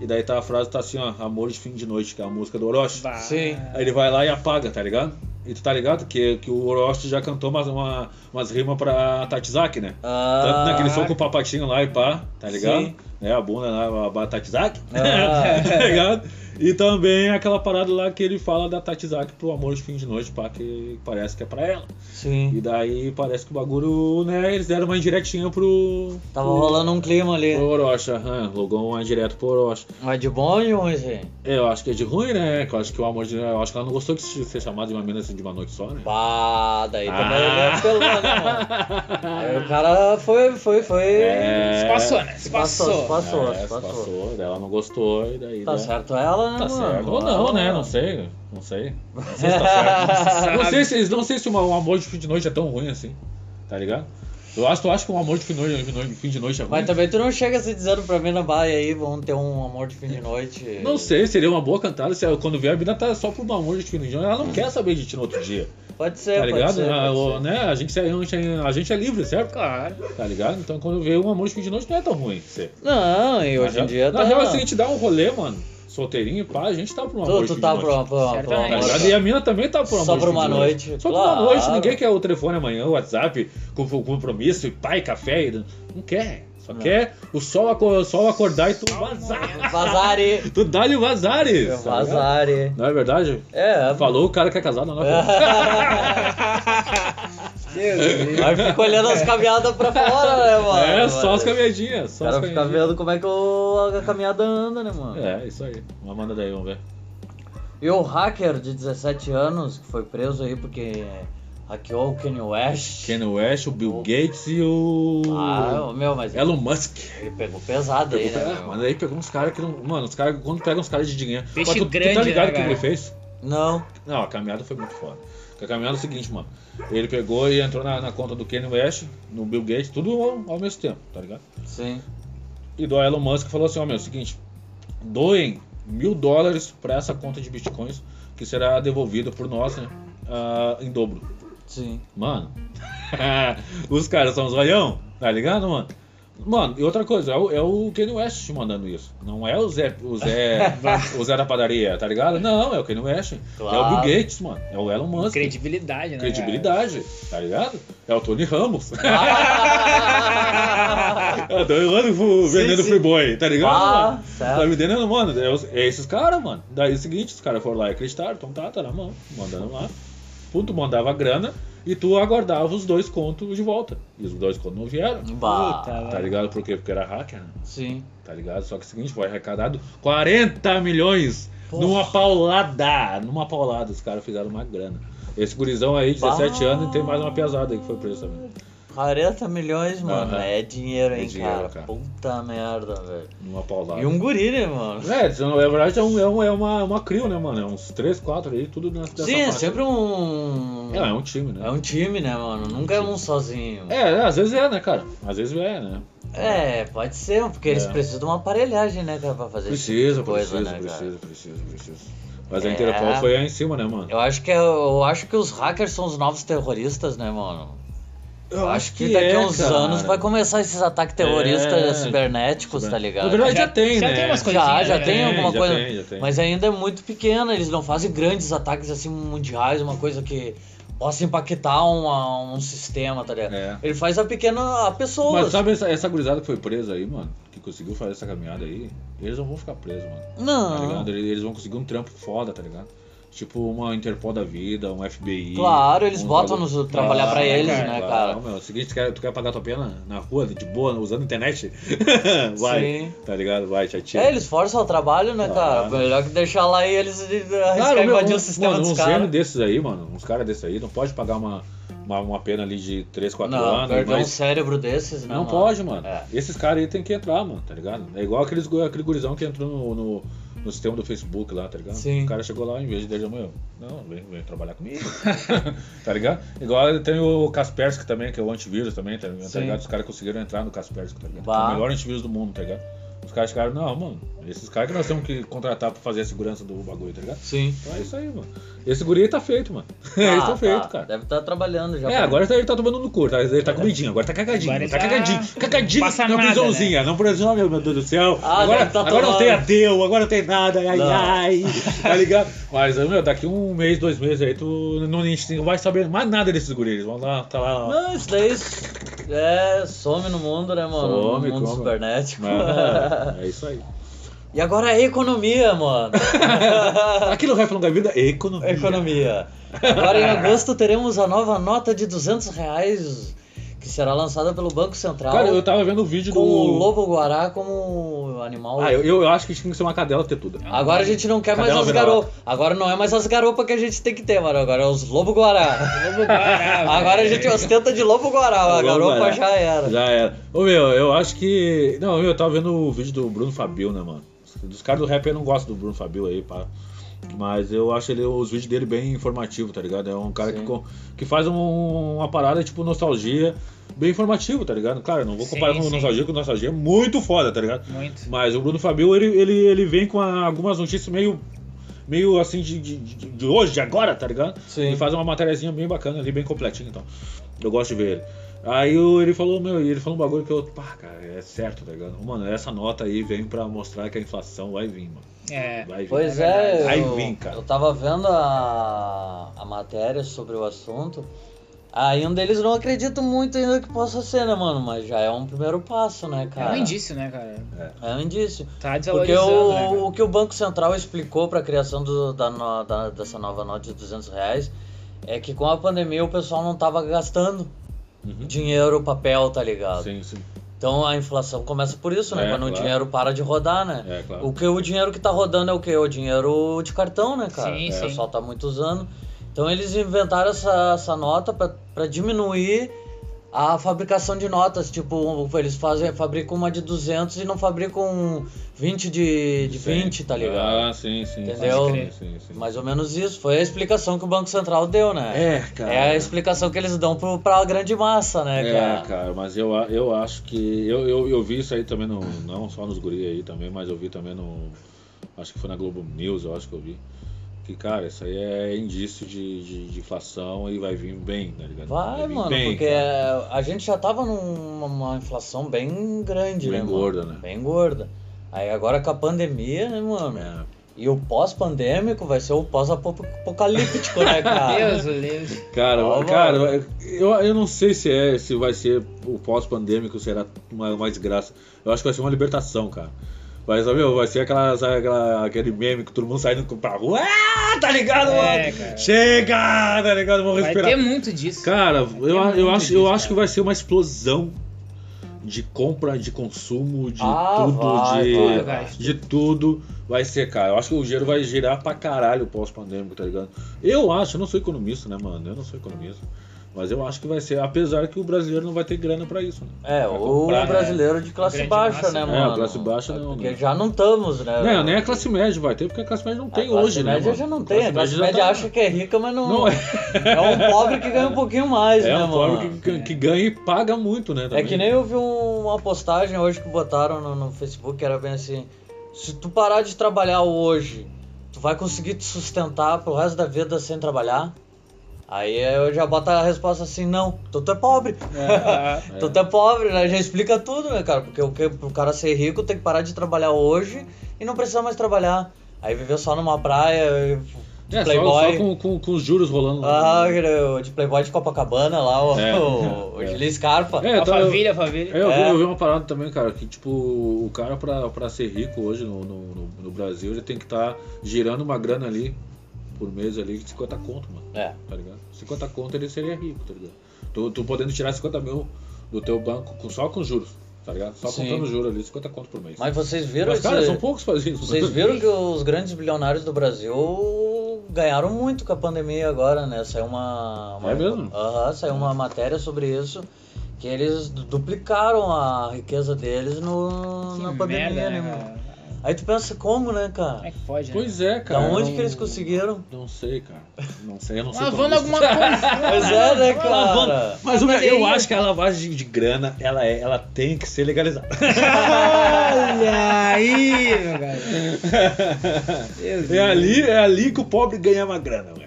[SPEAKER 2] E daí tá a frase tá assim, ó, Amor de Fim de Noite, que é a música do Orochi.
[SPEAKER 3] Bah.
[SPEAKER 4] Sim.
[SPEAKER 2] Aí ele vai lá e apaga, tá ligado? E tu tá ligado que, que o Orochi já cantou umas, uma, umas rimas pra Tatizaki, né? Tanto
[SPEAKER 4] Ah,
[SPEAKER 2] naquele som com o papatinho lá e pá, tá ligado?
[SPEAKER 4] Sim.
[SPEAKER 2] Né, a bunda lá, a ba- Tatizaki,
[SPEAKER 4] Ah.
[SPEAKER 2] tá ligado? E também aquela parada lá que ele fala da Tatizaki pro amor de fim de noite, pá, que parece que é pra ela. E
[SPEAKER 4] sim.
[SPEAKER 2] daí parece que o bagulho, né, eles deram uma indiretinha pro...
[SPEAKER 4] Tava
[SPEAKER 2] pro-
[SPEAKER 4] rolando um clima ali.
[SPEAKER 2] Pro Orochi, aham, logou uma direto pro Orochi.
[SPEAKER 4] Mas de bom e um ruim, sim.
[SPEAKER 2] É, Eu acho que é de ruim, né? Eu acho que o amor de... Eu acho que ela não gostou de se- ser chamada de uma mina assim de uma noite só, né?
[SPEAKER 4] Pá, daí também ele
[SPEAKER 2] Ah.
[SPEAKER 4] é pelão, né, mano? Aí o cara foi, foi, foi...
[SPEAKER 2] É.
[SPEAKER 3] Se passou, né? Se
[SPEAKER 4] Passou,
[SPEAKER 3] passou.
[SPEAKER 4] se passou,
[SPEAKER 2] É,
[SPEAKER 4] se
[SPEAKER 2] se
[SPEAKER 4] passou.
[SPEAKER 2] passou, daí ela não gostou e daí...
[SPEAKER 4] Tá
[SPEAKER 2] né?
[SPEAKER 4] certo ela, né,
[SPEAKER 2] Tá
[SPEAKER 4] mano?
[SPEAKER 2] certo. Ou não, né? Não sei. Não sei. tá
[SPEAKER 3] Sabe?
[SPEAKER 2] Não sei se, não sei se uma- um amor de fim de noite é tão ruim assim. Tá ligado? Eu acho, eu acho que um amor de fim de noite, de noite- fim de noite é ruim.
[SPEAKER 4] Mas também tu não chega se dizendo pra mim na baia aí, vamos ter um amor de fim de noite.
[SPEAKER 2] Não sei, seria uma boa cantada se ela- quando vier a mina tá só por um amor de fim de noite. Ela não quer saber de ti no outro dia.
[SPEAKER 4] Pode ser,
[SPEAKER 2] Tá
[SPEAKER 4] É, pode
[SPEAKER 2] ligado?
[SPEAKER 4] ser.
[SPEAKER 2] a,
[SPEAKER 4] pode
[SPEAKER 2] o-
[SPEAKER 4] ser.
[SPEAKER 2] né? a, gente, é- a, gente, é- a gente é livre, certo?
[SPEAKER 3] Claro.
[SPEAKER 2] Tá ligado? Então quando vê um amor de fim de noite não é tão ruim. Ser.
[SPEAKER 4] Não, e
[SPEAKER 2] Na
[SPEAKER 4] hoje em
[SPEAKER 2] real-
[SPEAKER 4] dia
[SPEAKER 2] Na
[SPEAKER 4] tá.
[SPEAKER 2] real, se a gente dá um rolê, mano, solteirinho, pá, a gente tá por um amor
[SPEAKER 4] tu,
[SPEAKER 2] de fim
[SPEAKER 4] tu
[SPEAKER 2] de
[SPEAKER 4] tá
[SPEAKER 2] noite.
[SPEAKER 4] pro, pro, pro, pro
[SPEAKER 3] Certamente.
[SPEAKER 2] Tá
[SPEAKER 4] amor.
[SPEAKER 2] ligado? E a mina também tá por amor
[SPEAKER 4] Só
[SPEAKER 2] de
[SPEAKER 4] por
[SPEAKER 2] Deus.
[SPEAKER 4] uma noite,
[SPEAKER 2] Só por
[SPEAKER 4] claro.
[SPEAKER 2] uma noite. Ninguém quer o telefone amanhã, o WhatsApp, com com compromisso, e pai, café. e- Não quer. Só quer o sol, aco- o sol acordar e tu vazar.
[SPEAKER 4] Vazare!
[SPEAKER 2] Tu dá-lhe o vazares. tá ligado?
[SPEAKER 4] Vazare.
[SPEAKER 2] Não é verdade?
[SPEAKER 4] É,
[SPEAKER 2] Falou o cara que é casado, não é?
[SPEAKER 4] Aí fica olhando as caminhadas pra fora, né, mano?
[SPEAKER 2] É, só as
[SPEAKER 4] caminhadas.
[SPEAKER 2] caminhadinhas.
[SPEAKER 4] O
[SPEAKER 2] Só as
[SPEAKER 4] cara fica
[SPEAKER 2] caminhadinhas.
[SPEAKER 4] vendo como é que o- a caminhada anda, né, mano?
[SPEAKER 2] É, isso aí. Uma manda daí, vamos ver.
[SPEAKER 4] E o hacker de 17 anos, que foi preso aí porque hackeou o Kanye West.
[SPEAKER 2] Kanye West, o Bill Gates e o.
[SPEAKER 4] Ah, ô, meu, mas
[SPEAKER 2] Elon Musk.
[SPEAKER 4] ele pegou pesado aí, né?
[SPEAKER 2] É,
[SPEAKER 4] meu?
[SPEAKER 2] Mano, aí É pegou uns caras que não. Mano, os caras, quando pegam uns caras de dinheiro.
[SPEAKER 3] Peixe
[SPEAKER 2] Mas tu, tu
[SPEAKER 3] grande,
[SPEAKER 2] tá
[SPEAKER 3] né,
[SPEAKER 2] ligado o que
[SPEAKER 3] cara?
[SPEAKER 2] ele fez?
[SPEAKER 4] Não.
[SPEAKER 2] Não, a caminhada foi muito foda. Porque a caminhada é o seguinte, mano. Ele pegou e entrou na, na conta do Kanye West, no Bill Gates, tudo ao, ao mesmo tempo, tá ligado?
[SPEAKER 4] Sim.
[SPEAKER 2] E do Elon Musk falou assim, ó, meu, é o seguinte, doem mil dólares pra essa conta de bitcoins, que será devolvido por nós, né? ah, em dobro.
[SPEAKER 4] Sim.
[SPEAKER 2] Mano, os caras são zoião, tá ligado, mano? Mano, e outra coisa, é o, é o Kanye West te mandando isso. Não é o Zé, o Zé, o Zé da padaria, tá ligado? Não, é o Kanye West. É o
[SPEAKER 4] Claro.
[SPEAKER 2] Bill Gates, mano. É o Elon Musk.
[SPEAKER 3] Credibilidade, né? cara?
[SPEAKER 2] Credibilidade, tá ligado? É o Tony Ramos. é o Tony Ramos o
[SPEAKER 4] Sim,
[SPEAKER 2] vendendo
[SPEAKER 4] sim.
[SPEAKER 2] Free Boy, tá ligado?
[SPEAKER 4] Ah,
[SPEAKER 2] mano?
[SPEAKER 4] certo.
[SPEAKER 2] Tá me entendendo, mano? É, os- é esses caras, mano. Daí é o seguinte, os caras foram lá e acreditaram, então tá, tá na mão, mandando lá. Pô, Tu mandava a grana e tu aguardava os dois contos de volta. E os dois contos não vieram.
[SPEAKER 4] Bah.
[SPEAKER 3] Puta,
[SPEAKER 2] Tá
[SPEAKER 3] velho.
[SPEAKER 2] ligado por quê? Porque era hacker, né?
[SPEAKER 4] Sim.
[SPEAKER 2] Tá ligado? Só que é o seguinte, foi arrecadado 40 milhões numa paulada. Numa paulada, os caras fizeram uma grana. Esse gurizão aí, 17
[SPEAKER 4] Bah.
[SPEAKER 2] anos, e tem mais uma pesada aí que foi preso também.
[SPEAKER 4] 40 milhões, mano.
[SPEAKER 2] Aham.
[SPEAKER 4] É dinheiro, hein,
[SPEAKER 2] É dinheiro,
[SPEAKER 4] cara.
[SPEAKER 2] cara.
[SPEAKER 4] Puta merda, velho.
[SPEAKER 2] Numa paulada.
[SPEAKER 4] E um guri, né, mano?
[SPEAKER 2] É, isso não- na verdade é, um, é, um- é uma, uma crew, né, mano? É uns 3, 4 aí, tudo nessa dessa
[SPEAKER 4] Sim, é
[SPEAKER 2] faixa.
[SPEAKER 4] sempre um.
[SPEAKER 2] É, é um time, né?
[SPEAKER 4] É um time, né, mano? Nunca é um sozinho.
[SPEAKER 2] É, é, às vezes é, né, cara? Às vezes é, né?
[SPEAKER 4] É, pode ser, porque eles
[SPEAKER 2] É.
[SPEAKER 4] precisam de uma aparelhagem, né, cara, pra fazer esse tipo
[SPEAKER 2] Precisa,
[SPEAKER 4] de coisa,
[SPEAKER 2] precisa,
[SPEAKER 4] né,
[SPEAKER 2] precisa,
[SPEAKER 4] cara?
[SPEAKER 2] precisa, precisa. Mas a
[SPEAKER 4] É.
[SPEAKER 2] Interpol foi aí em cima, né, mano?
[SPEAKER 4] Eu acho que é, eu acho que os hackers são os novos terroristas, né, mano? Eu acho que, daqui a uns
[SPEAKER 2] é, cara.
[SPEAKER 4] anos vai começar esses ataques terroristas
[SPEAKER 2] É.
[SPEAKER 4] cibernéticos, tá ligado?
[SPEAKER 2] Na verdade já,
[SPEAKER 3] Já-
[SPEAKER 2] tem,
[SPEAKER 3] já
[SPEAKER 2] né?
[SPEAKER 3] tem umas coisinhas,
[SPEAKER 4] Já, já
[SPEAKER 3] né?
[SPEAKER 4] tem
[SPEAKER 2] Tem,
[SPEAKER 4] alguma
[SPEAKER 2] já
[SPEAKER 4] coisa.
[SPEAKER 2] tem, já tem.
[SPEAKER 4] Mas ainda é muito pequena, eles não fazem grandes ataques assim mundiais, uma coisa que possa impactar uma- um sistema, tá ligado?
[SPEAKER 2] É.
[SPEAKER 4] Ele faz a pequena a pessoa.
[SPEAKER 2] Mas sabe essa, essa gurizada que foi presa aí, mano? Que conseguiu fazer essa caminhada aí? Eles não vão ficar presos, mano. Tá
[SPEAKER 4] Não.
[SPEAKER 2] ligado? Eles eles vão conseguir um trampo foda, tá ligado? Tipo uma Interpol da vida, um FBI.
[SPEAKER 4] Claro, eles
[SPEAKER 2] um
[SPEAKER 4] botam
[SPEAKER 2] bagulho-
[SPEAKER 4] nos- trabalhar
[SPEAKER 2] Claro,
[SPEAKER 4] pra eles,
[SPEAKER 2] claro,
[SPEAKER 4] né,
[SPEAKER 2] claro.
[SPEAKER 4] cara?
[SPEAKER 2] Não, meu, é o seguinte, tu quer, tu quer pagar tua pena na rua, de boa, usando internet? vai,
[SPEAKER 4] Sim.
[SPEAKER 2] tá ligado? Vai, te atira.
[SPEAKER 4] É, eles forçam o trabalho, né, cara?
[SPEAKER 2] Claro.
[SPEAKER 4] Melhor que deixar lá e eles arriscar
[SPEAKER 2] Claro, meu,
[SPEAKER 4] invadir
[SPEAKER 2] um-
[SPEAKER 4] o sistema
[SPEAKER 2] mano,
[SPEAKER 4] dos
[SPEAKER 2] uns gênios
[SPEAKER 4] caras.
[SPEAKER 2] desses aí, mano, uns caras desses aí, não pode pagar uma, uma, uma pena ali de 3, 4
[SPEAKER 4] não,
[SPEAKER 2] anos.
[SPEAKER 4] perder um
[SPEAKER 2] Mas
[SPEAKER 4] cérebro desses, né,
[SPEAKER 2] não
[SPEAKER 4] mano?
[SPEAKER 2] pode, mano.
[SPEAKER 4] É.
[SPEAKER 2] Esses caras aí tem que entrar, mano, tá ligado? É igual aqueles, gu- aquele gurizão que entrou no, no, no sistema do Facebook lá, tá ligado?
[SPEAKER 4] Sim.
[SPEAKER 2] O cara chegou lá em vez de 10 da manhã. Não, vem, vem trabalhar comigo. tá ligado? Igual tem o Kaspersky também, que é o antivírus também, tá ligado? Tá
[SPEAKER 4] Sim.
[SPEAKER 2] ligado? Os caras conseguiram entrar no Kaspersky, tá ligado? É
[SPEAKER 4] Bah.
[SPEAKER 2] o melhor antivírus do mundo, tá ligado? Os caras ficaram, não, mano, esses caras que nós temos que contratar pra fazer a segurança do bagulho, tá ligado?
[SPEAKER 4] Sim.
[SPEAKER 2] Então é isso aí, mano. Esse guri aí tá feito, mano. ele
[SPEAKER 4] Ah,
[SPEAKER 2] tá feito,
[SPEAKER 4] tá.
[SPEAKER 2] cara.
[SPEAKER 4] Deve estar trabalhando já.
[SPEAKER 2] É,
[SPEAKER 4] pra-
[SPEAKER 2] agora ele tá tomando no cu, tá? ele tá comidinho, agora tá cagadinho,
[SPEAKER 3] Agora ele
[SPEAKER 2] tá,
[SPEAKER 3] tá-
[SPEAKER 2] cagadinho, cagadinho,
[SPEAKER 3] Passa
[SPEAKER 2] não
[SPEAKER 3] nada, né?
[SPEAKER 2] prisãozinha, não prisão, meu meu Deus do céu,
[SPEAKER 4] Ah,
[SPEAKER 2] agora,
[SPEAKER 4] deve tá
[SPEAKER 2] agora não
[SPEAKER 4] tomando.
[SPEAKER 2] tem adeu, agora não tem nada, ai,
[SPEAKER 4] Não.
[SPEAKER 2] ai, tá ligado? Mas, meu, daqui um mês, dois meses aí, tu não, não vai saber mais nada desses guris, eles vão lá, tá lá,
[SPEAKER 4] Não, isso daí é, some no mundo, né, mano?
[SPEAKER 2] Some,
[SPEAKER 4] no mundo
[SPEAKER 2] como?
[SPEAKER 4] cibernético.
[SPEAKER 2] Ah, é isso aí.
[SPEAKER 4] e agora a economia, mano. É
[SPEAKER 2] Aqui no Rap Longa Vida, economia.
[SPEAKER 4] economia. Agora em agosto teremos a nova nota de 200 reais que será lançada pelo Banco Central
[SPEAKER 2] Cara, eu tava vendo o vídeo
[SPEAKER 4] com um o
[SPEAKER 2] do...
[SPEAKER 4] lobo-guará como animal.
[SPEAKER 2] Ah, eu, eu acho que tinha que ser uma cadela tetuda.
[SPEAKER 4] Agora a gente não quer mais
[SPEAKER 2] Cadela
[SPEAKER 4] as
[SPEAKER 2] vira-lata.
[SPEAKER 4] garopas. Agora não é mais as garopas que a gente tem que ter, mano. Agora é os lobo-guará.
[SPEAKER 3] Vamos parar,
[SPEAKER 4] Agora a
[SPEAKER 3] velho.
[SPEAKER 4] gente ostenta de lobo-guará. A
[SPEAKER 2] Lobo
[SPEAKER 4] Tá garopa
[SPEAKER 2] Guará.
[SPEAKER 4] já era.
[SPEAKER 2] né? Já era. Ô meu, eu acho que. Não, meu, eu tava vendo o vídeo do Bruno Fabio, né, mano? Dos caras do rap eu não gosto do Bruno Fabio aí, pá. Mas eu acho ele, os vídeos dele bem informativo, tá ligado? É um cara que,
[SPEAKER 4] Sim.
[SPEAKER 2] co- que faz um- uma parada tipo nostalgia, bem informativo, tá ligado? Claro, eu não vou
[SPEAKER 3] Sim,
[SPEAKER 2] comparar com
[SPEAKER 3] sim.
[SPEAKER 2] nostalgia, porque nostalgia é muito foda, tá ligado?
[SPEAKER 3] Muito.
[SPEAKER 2] Mas o Bruno Fabio, ele, ele, ele vem com a- algumas notícias meio, meio assim de, de, de- de hoje, de agora, tá ligado?
[SPEAKER 4] Sim.
[SPEAKER 2] Ele faz uma matériazinha bem bacana ali, bem completinha então. Eu gosto de ver ele. Aí o- ele falou, meu, e ele falou um bagulho que eu, pá, cara, é certo, tá ligado? Mano, essa nota aí vem pra mostrar que a inflação vai vir, mano.
[SPEAKER 3] É.
[SPEAKER 2] Vai vir.
[SPEAKER 4] Pois
[SPEAKER 3] É
[SPEAKER 4] é,
[SPEAKER 3] verdade.
[SPEAKER 4] eu,
[SPEAKER 2] Aí vem, cara.
[SPEAKER 4] eu tava vendo a, a matéria sobre o assunto. Ainda eles não acreditam muito ainda que possa ser, né, mano? Mas já é um primeiro passo, né,
[SPEAKER 3] É
[SPEAKER 4] cara?
[SPEAKER 3] um indício, né, cara?
[SPEAKER 4] É um indício.
[SPEAKER 3] Tá
[SPEAKER 4] Porque
[SPEAKER 3] desvalorizando,
[SPEAKER 4] o,
[SPEAKER 3] né, cara?
[SPEAKER 4] o que o Banco Central explicou para a criação do- da, no- da- dessa nova nota de 200 reais é que com a pandemia o pessoal não tava gastando
[SPEAKER 2] Uhum.
[SPEAKER 4] dinheiro, papel, tá ligado?
[SPEAKER 2] Sim, sim.
[SPEAKER 4] Então a inflação começa por isso, né?
[SPEAKER 2] É,
[SPEAKER 4] Quando o
[SPEAKER 2] claro.
[SPEAKER 4] dinheiro para de rodar, né?
[SPEAKER 2] É, claro.
[SPEAKER 4] O que o dinheiro que tá rodando é o que? O dinheiro de cartão, né, cara?
[SPEAKER 3] Sim,
[SPEAKER 4] o
[SPEAKER 3] sim.
[SPEAKER 4] pessoal tá muito usando. Então eles inventaram essa, essa nota pra- pra diminuir a fabricação de notas. Tipo, eles fazem, fabricam uma de 200 e não fabricam 20 de, de 20, tá ligado?
[SPEAKER 2] Ah, sim, sim.
[SPEAKER 4] Entendeu?
[SPEAKER 2] Sim, sim, sim.
[SPEAKER 4] Mais ou menos isso. Foi a explicação que o Banco Central deu, né?
[SPEAKER 2] É, cara.
[SPEAKER 4] a explicação que eles dão pro, pra grande massa, né,
[SPEAKER 2] É,
[SPEAKER 4] cara?
[SPEAKER 2] cara, mas eu, a- eu acho que. Eu, eu, eu vi isso aí também, no, não só nos guri aí também, mas eu vi também no. Acho que foi na Globo News, eu acho que eu vi. Que, cara, isso aí é indício de, de, de inflação e vai vir bem, tá ligado?
[SPEAKER 4] Vai,
[SPEAKER 2] vir
[SPEAKER 4] mano,
[SPEAKER 2] bem,
[SPEAKER 4] porque
[SPEAKER 2] cara.
[SPEAKER 4] a gente já tava numa uma inflação bem grande,
[SPEAKER 2] Bem
[SPEAKER 4] né? mano?
[SPEAKER 2] gorda, né?
[SPEAKER 4] Bem gorda. Aí agora com a pandemia, né, mano?
[SPEAKER 2] É.
[SPEAKER 4] E o pós-pandêmico vai ser o pós-apocalíptico, né, cara?
[SPEAKER 3] Deus, o livro.
[SPEAKER 2] Cara,
[SPEAKER 4] Ó,
[SPEAKER 2] cara, eu, eu não sei se é se vai ser o pós-pandêmico será uma, uma desgraça. Eu acho que vai ser uma libertação, cara. Mas, ó, meu, vai ser aquelas, aquela, aquele meme que todo mundo saindo pra rua. Ah, tá ligado,
[SPEAKER 3] É,
[SPEAKER 2] mano?
[SPEAKER 3] cara.
[SPEAKER 2] Chega, tá ligado? Vamos
[SPEAKER 3] Vai
[SPEAKER 2] respirar.
[SPEAKER 3] ter muito disso.
[SPEAKER 2] Cara, eu,
[SPEAKER 3] muito
[SPEAKER 2] eu, acho, eu
[SPEAKER 3] disso,
[SPEAKER 2] acho que vai ser uma explosão de compra, de consumo, de
[SPEAKER 4] Ah,
[SPEAKER 2] tudo,
[SPEAKER 4] vai,
[SPEAKER 2] de,
[SPEAKER 4] vai,
[SPEAKER 3] vai.
[SPEAKER 2] de tudo vai ser, cara. Eu acho que o dinheiro vai girar pra caralho pós-pandêmico, tá ligado? Eu acho, eu não sou economista, né, mano? Eu não sou economista. Mas eu acho que vai ser, apesar que o brasileiro não vai ter grana pra isso, né?
[SPEAKER 4] É,
[SPEAKER 2] Vai
[SPEAKER 4] o
[SPEAKER 2] comprar, né?
[SPEAKER 4] brasileiro de classe
[SPEAKER 3] Grande
[SPEAKER 4] baixa,
[SPEAKER 3] massa,
[SPEAKER 4] né,
[SPEAKER 2] né? É,
[SPEAKER 4] mano?
[SPEAKER 2] classe baixa não,
[SPEAKER 4] Porque
[SPEAKER 2] né?
[SPEAKER 4] já não estamos, né?
[SPEAKER 2] Não, nem a classe média vai ter, porque a classe média não
[SPEAKER 4] A
[SPEAKER 2] tem
[SPEAKER 4] classe
[SPEAKER 2] hoje, né?
[SPEAKER 4] média
[SPEAKER 2] mano?
[SPEAKER 4] já não tem. A classe
[SPEAKER 2] já
[SPEAKER 4] média
[SPEAKER 2] tá-
[SPEAKER 4] acha que é rica, mas não.
[SPEAKER 2] Não é.
[SPEAKER 4] É um pobre que ganha um pouquinho mais,
[SPEAKER 2] É
[SPEAKER 4] né,
[SPEAKER 2] um
[SPEAKER 4] mano?
[SPEAKER 2] pobre que, que ganha e paga muito, né?
[SPEAKER 4] É
[SPEAKER 2] também.
[SPEAKER 4] que nem eu vi um- uma postagem hoje que botaram no, no Facebook que era bem assim: se tu parar de trabalhar hoje, tu vai conseguir te sustentar pro resto da vida sem trabalhar? Aí eu já boto a resposta assim: não, então tu é pobre.
[SPEAKER 3] É.
[SPEAKER 4] então tu é pobre, né? Já explica tudo, né, cara? Porque o que, pro cara ser rico tem que parar de trabalhar hoje e não precisa mais trabalhar. Aí viveu só numa praia, de
[SPEAKER 2] É, só-
[SPEAKER 4] playboy.
[SPEAKER 2] só com, com, com os juros rolando.
[SPEAKER 4] Ah, o de Playboy de Copacabana lá, o,
[SPEAKER 2] É.
[SPEAKER 4] o, o
[SPEAKER 2] É.
[SPEAKER 4] Gil Scarpa.
[SPEAKER 2] É, eu
[SPEAKER 3] a
[SPEAKER 2] tava-
[SPEAKER 3] família, a família.
[SPEAKER 2] É, eu,
[SPEAKER 4] É.
[SPEAKER 2] Vi, eu vi uma parada também, cara, que tipo, o cara pra, pra ser rico hoje no, no, no- no Brasil, ele tem que estar girando uma grana ali por mês ali de 50 conto, mano,
[SPEAKER 4] É.
[SPEAKER 2] tá ligado? 50 conto ele seria rico, tá ligado? Tu, tu podendo tirar 50 mil do teu banco com- só com juros. tá ligado? Só
[SPEAKER 4] Sim.
[SPEAKER 2] comprando juro ali, 50 conto por mês.
[SPEAKER 4] Mas vocês viram
[SPEAKER 2] Mas, cara,
[SPEAKER 4] esse-
[SPEAKER 2] são poucos fazendo isso.
[SPEAKER 4] Vocês viram que os grandes bilionários do Brasil ganharam muito com a pandemia agora, né? Saiu uma. uma-
[SPEAKER 2] É mesmo?
[SPEAKER 4] Aham, saiu uma matéria sobre isso. Que eles du- duplicaram a riqueza deles no, na pandemia, né, mano? Aí tu pensa como, né,
[SPEAKER 3] Como é
[SPEAKER 4] cara?
[SPEAKER 3] que pode, né?
[SPEAKER 2] Pois é,
[SPEAKER 4] Da
[SPEAKER 2] cara.
[SPEAKER 4] onde
[SPEAKER 2] eu
[SPEAKER 4] que eles
[SPEAKER 2] não-
[SPEAKER 4] conseguiram?
[SPEAKER 2] Não sei, cara. Não sei, eu não sei.
[SPEAKER 3] Lavando
[SPEAKER 2] como
[SPEAKER 3] alguma coisa.
[SPEAKER 4] Pois é, né, cara?
[SPEAKER 2] Lavando. Mas o meu- eu
[SPEAKER 3] Poderia.
[SPEAKER 2] acho que a lavagem de, de grana, ela, é, ela tem que ser legalizada.
[SPEAKER 3] Olha aí, meu garoto. Deus
[SPEAKER 2] é, ali, é ali que o pobre ganha uma grana, velho.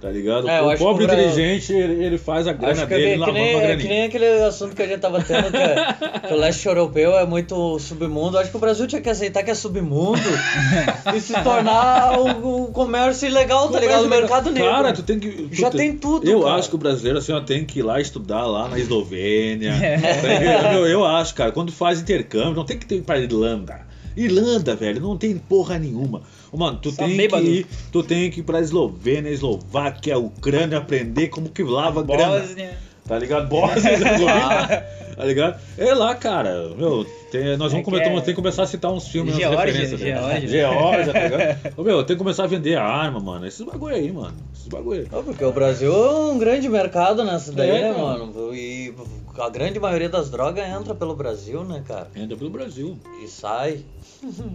[SPEAKER 2] Tá ligado?
[SPEAKER 4] É, eu
[SPEAKER 2] o
[SPEAKER 4] acho que
[SPEAKER 2] pobre
[SPEAKER 4] o Bra-
[SPEAKER 2] inteligente, ele, ele faz a grana
[SPEAKER 4] Acho que, é
[SPEAKER 2] dele
[SPEAKER 4] que,
[SPEAKER 2] lavando
[SPEAKER 4] nem,
[SPEAKER 2] uma
[SPEAKER 4] é que
[SPEAKER 2] graninha.
[SPEAKER 4] nem aquele assunto que a gente tava tendo, que, é- que o leste europeu é muito submundo. Acho que o Brasil tinha que aceitar que é submundo e se tornar o, o comércio ilegal, tá ligado? O mercado negro. né?
[SPEAKER 2] Cara, tu tem que. tu
[SPEAKER 4] Já tem tudo,
[SPEAKER 2] Eu
[SPEAKER 4] cara.
[SPEAKER 2] acho que o brasileiro assim, ó, tem que ir lá estudar lá na Eslovênia.
[SPEAKER 4] É.
[SPEAKER 2] Tá ligado? eu, eu acho, cara, quando faz intercâmbio, não tem que ter ir pra Irlanda. Irlanda, velho, não tem porra nenhuma. Ô, Mano, tu
[SPEAKER 4] Tá
[SPEAKER 3] Só
[SPEAKER 2] tem
[SPEAKER 3] bêbado.
[SPEAKER 2] que ir, tu tem que ir pra Eslovênia, Eslováquia, Ucrânia, aprender como que lava grana.
[SPEAKER 3] Bósnia.
[SPEAKER 2] Tá ligado? Bósnia, Eslovênia. Tá ligado? É lá, cara. Meu, tem- nós
[SPEAKER 3] É
[SPEAKER 2] vamos
[SPEAKER 3] que
[SPEAKER 2] começar,
[SPEAKER 3] é-
[SPEAKER 2] tem que começar a citar uns filmes, umas
[SPEAKER 3] Geórgia,
[SPEAKER 2] referências. tá ligado?
[SPEAKER 3] Geórgia.
[SPEAKER 2] Geórgia, tá ligado? Ô, meu, tem que começar a vender arma, mano. Esses bagulho aí, mano. Esses bagulho aí.
[SPEAKER 4] Não, porque o Brasil é um grande mercado nessa daí,
[SPEAKER 2] É,
[SPEAKER 4] né,
[SPEAKER 2] cara.
[SPEAKER 4] mano? E a grande maioria das drogas entra pelo Brasil, né, cara?
[SPEAKER 2] Ainda pelo Brasil.
[SPEAKER 4] E sai.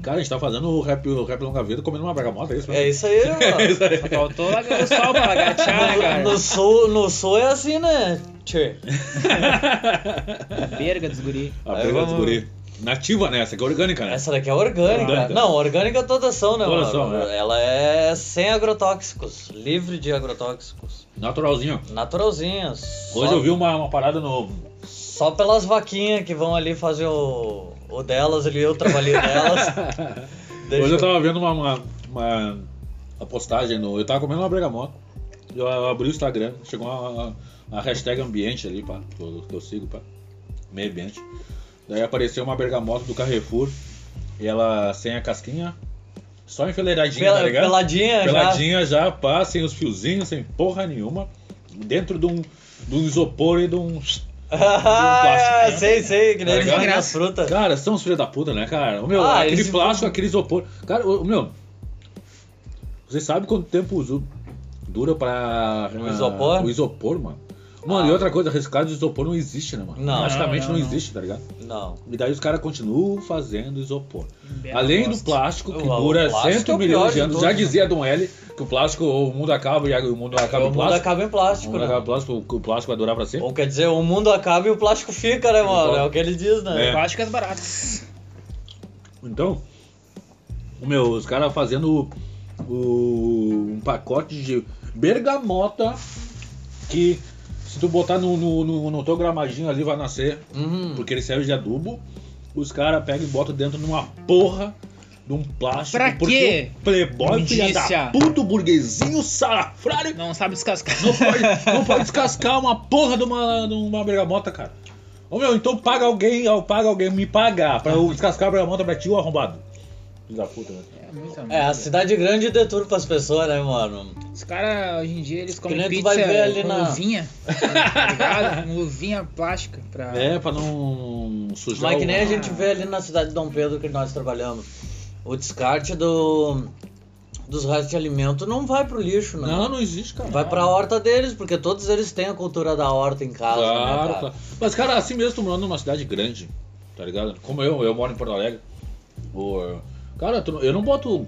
[SPEAKER 2] Cara, a gente tá fazendo o rap, o rap longa vida comendo uma bergamota, é isso mesmo?
[SPEAKER 4] É isso aí, mano.
[SPEAKER 3] Só faltou lagar o sol pra lagartear, né, cara?
[SPEAKER 4] No, no sul, no sul é assim, né? Tchê.
[SPEAKER 3] Berga dos guri.
[SPEAKER 2] A
[SPEAKER 4] Aí
[SPEAKER 2] pega dos
[SPEAKER 4] vamos-
[SPEAKER 2] guri. Nativa nessa, que é orgânica, né?
[SPEAKER 4] Essa daqui é orgânica.
[SPEAKER 2] Orgânica.
[SPEAKER 4] Não, orgânica todas são, né,
[SPEAKER 2] Todas
[SPEAKER 4] mano?
[SPEAKER 2] são, é.
[SPEAKER 4] Ela é sem agrotóxicos, livre de agrotóxicos.
[SPEAKER 2] Naturalzinho.
[SPEAKER 4] Naturalzinhas.
[SPEAKER 2] Hoje
[SPEAKER 4] só,
[SPEAKER 2] eu vi uma, uma parada no.
[SPEAKER 4] Só pelas vaquinhas que vão ali fazer o, o delas ali, o trabalhinho delas. Deixa
[SPEAKER 2] Hoje eu
[SPEAKER 4] eu-
[SPEAKER 2] tava vendo uma, uma, uma- uma postagem no. Eu tava comendo uma bergamota. Eu abri o Instagram, chegou uma, uma hashtag ambiente ali, pá, que eu, que eu sigo, pá. Meio ambiente. Daí apareceu uma bergamota do Carrefour. E ela sem a casquinha, só enfileiradinha,
[SPEAKER 4] Pela-
[SPEAKER 2] tá ligado?
[SPEAKER 4] peladinha, já.
[SPEAKER 2] Peladinha já, pá, sem os fiozinhos, sem porra nenhuma. Dentro de um, de um isopor e de um.
[SPEAKER 4] Ah,
[SPEAKER 2] plástico.
[SPEAKER 4] sei, sei, que
[SPEAKER 2] Tá
[SPEAKER 4] nem eles
[SPEAKER 2] ligado?
[SPEAKER 4] fazem as frutas.
[SPEAKER 2] Cara, são os filhos da puta, né, cara? O meu,
[SPEAKER 4] Ah,
[SPEAKER 2] aquele
[SPEAKER 4] eles-
[SPEAKER 2] plástico, aquele isopor. Cara, o o meu. Você sabe quanto tempo uso- dura pra. ah,
[SPEAKER 4] O isopor?
[SPEAKER 2] O isopor, mano. Mano,
[SPEAKER 4] Ah.
[SPEAKER 2] e outra coisa, reciclado de isopor não existe, né, mano?
[SPEAKER 4] Não.
[SPEAKER 2] Praticamente
[SPEAKER 3] Não,
[SPEAKER 2] não,
[SPEAKER 3] não, não.
[SPEAKER 2] existe, tá ligado?
[SPEAKER 4] Não.
[SPEAKER 2] E daí os caras continuam fazendo isopor. Além do plástico, que
[SPEAKER 4] O- o
[SPEAKER 2] dura
[SPEAKER 4] plástico é
[SPEAKER 2] 100
[SPEAKER 4] o pior
[SPEAKER 2] milhões de
[SPEAKER 4] de
[SPEAKER 2] anos.
[SPEAKER 4] todos,
[SPEAKER 2] Já
[SPEAKER 4] né?
[SPEAKER 2] dizia Dom L que o plástico, o mundo acaba e o mundo acaba
[SPEAKER 4] O
[SPEAKER 2] em
[SPEAKER 4] mundo
[SPEAKER 2] plástico.
[SPEAKER 4] acaba em
[SPEAKER 2] O
[SPEAKER 4] plástico,
[SPEAKER 2] mundo
[SPEAKER 4] né?
[SPEAKER 2] acaba em plástico, o plástico vai durar pra sempre.
[SPEAKER 4] Ou quer dizer, o mundo acaba e o plástico fica, né, mano?
[SPEAKER 2] Então-
[SPEAKER 4] É o que ele diz, né?
[SPEAKER 2] É.
[SPEAKER 3] Plásticas baratas.
[SPEAKER 2] Então, o meu, os caras fazendo o- o- um pacote de bergamota que se tu botar no, no, no- no teu gramadinho ali vai nascer,
[SPEAKER 3] Hum.
[SPEAKER 4] Uhum.
[SPEAKER 2] porque ele serve de adubo. Os caras pegam e botam dentro numa porra de um plástico.
[SPEAKER 3] Pra
[SPEAKER 2] porque
[SPEAKER 3] quê?
[SPEAKER 2] o Playboy, filha da
[SPEAKER 3] Imundícia.
[SPEAKER 2] puta, o burguesinho, salafrário,
[SPEAKER 3] Não sabe descascar.
[SPEAKER 2] não pode, não pode descascar uma porra de uma, de uma bergamota, cara. Ô meu, então paga alguém, ó, paga alguém me pagar pra eu descascar a bergamota pra ti, ô arrombado. Filho da puta, né?
[SPEAKER 3] É muito
[SPEAKER 4] É,
[SPEAKER 3] merda.
[SPEAKER 4] a cidade grande deturpa as pessoas, né, mano?
[SPEAKER 3] Os caras, hoje em dia, eles comem
[SPEAKER 4] nem tu
[SPEAKER 3] pizza
[SPEAKER 4] vai ver ali
[SPEAKER 3] com
[SPEAKER 4] na-
[SPEAKER 3] luvinha. tá ligado? Com luvinha plástica. Pra...
[SPEAKER 2] É, pra não sujar.
[SPEAKER 4] Mas que nem a
[SPEAKER 2] o-
[SPEAKER 4] gente vê ali na cidade de Dom Pedro que nós trabalhamos. O descarte do, dos restos de alimento não vai pro lixo, né?
[SPEAKER 2] Não, não existe, cara.
[SPEAKER 4] Vai pra horta deles, porque todos eles têm a cultura da horta em casa, né,
[SPEAKER 2] Claro,
[SPEAKER 4] cara?
[SPEAKER 2] claro. Mas, cara, assim mesmo, tu morando numa cidade grande, tá ligado? Como eu, eu moro em Porto Alegre. Ô, Cara, tu não- eu não boto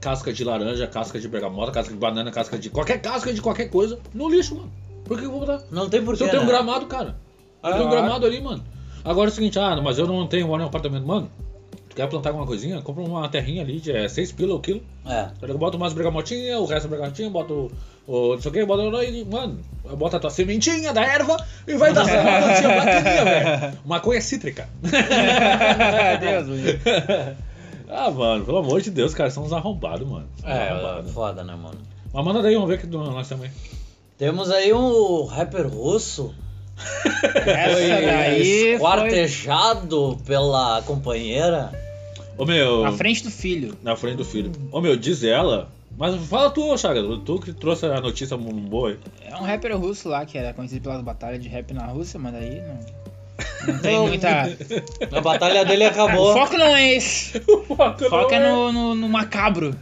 [SPEAKER 2] casca de laranja, casca de bergamota, casca de banana, casca de qualquer casca de qualquer coisa no lixo, mano. Por que que eu vou botar?
[SPEAKER 4] Não tem
[SPEAKER 2] Porque
[SPEAKER 4] porquê,
[SPEAKER 2] eu tenho um
[SPEAKER 4] né?
[SPEAKER 2] gramado, cara. Eu tenho um
[SPEAKER 4] Ah.
[SPEAKER 2] gramado ali, mano. Agora é o seguinte, ah, mas eu não tenho moro em um apartamento. Mano, tu quer plantar alguma coisinha? Compra uma terrinha ali de 6 pila ou quilo.
[SPEAKER 4] É.
[SPEAKER 2] Eu boto umas bergamotinhas, o resto da bergamotinha, boto o não sei o que, boto aí, mano, bota a tua sementinha da erva e vai dar certo quando tinha bateria, velho. Maconha cítrica.
[SPEAKER 4] É?
[SPEAKER 3] Deus, Luiz.
[SPEAKER 2] ah, mano, pelo amor de Deus, cara, são uns arrombados, mano.
[SPEAKER 4] É,
[SPEAKER 2] Arrombado.
[SPEAKER 4] foda, né, mano?
[SPEAKER 2] Mas manda daí, vamos ver que nós também.
[SPEAKER 4] Temos aí um rapper russo
[SPEAKER 3] Essa daí foi
[SPEAKER 4] esquartejado pela companheira.
[SPEAKER 2] Ô, meu.
[SPEAKER 3] na frente do filho.
[SPEAKER 2] Na frente do filho. Ô meu, diz ela. Mas fala tu, ô, Chaga, tu que trouxe a notícia um boa aí.
[SPEAKER 3] É um rapper russo lá que era conhecido pelas batalhas de rap na Rússia, mas aí não. Não tem muita.
[SPEAKER 4] A batalha dele acabou.
[SPEAKER 3] O foco não é esse.
[SPEAKER 2] Foca,
[SPEAKER 3] O foco é no, no, no macabro.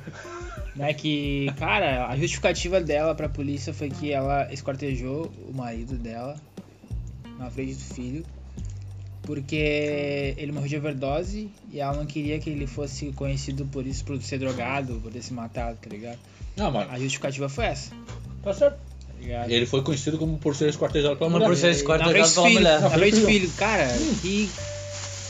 [SPEAKER 3] Né, que, cara, a justificativa dela pra polícia foi que ela escortejou o marido dela na frente do filho. Porque ele morreu de overdose e ela não queria que ele fosse conhecido por isso, por ser drogado, por ter se matado, tá ligado?
[SPEAKER 2] Não, mas
[SPEAKER 3] A justificativa foi essa, tá
[SPEAKER 4] Tá certo.
[SPEAKER 3] ligado?
[SPEAKER 2] ele foi conhecido como por ser esquartejado pela
[SPEAKER 4] Uma
[SPEAKER 2] mulher.
[SPEAKER 4] por ser
[SPEAKER 3] Na frente
[SPEAKER 4] escortejado
[SPEAKER 3] do
[SPEAKER 4] pela
[SPEAKER 3] filho,
[SPEAKER 4] mulher.
[SPEAKER 3] na frente do filho, cara, que,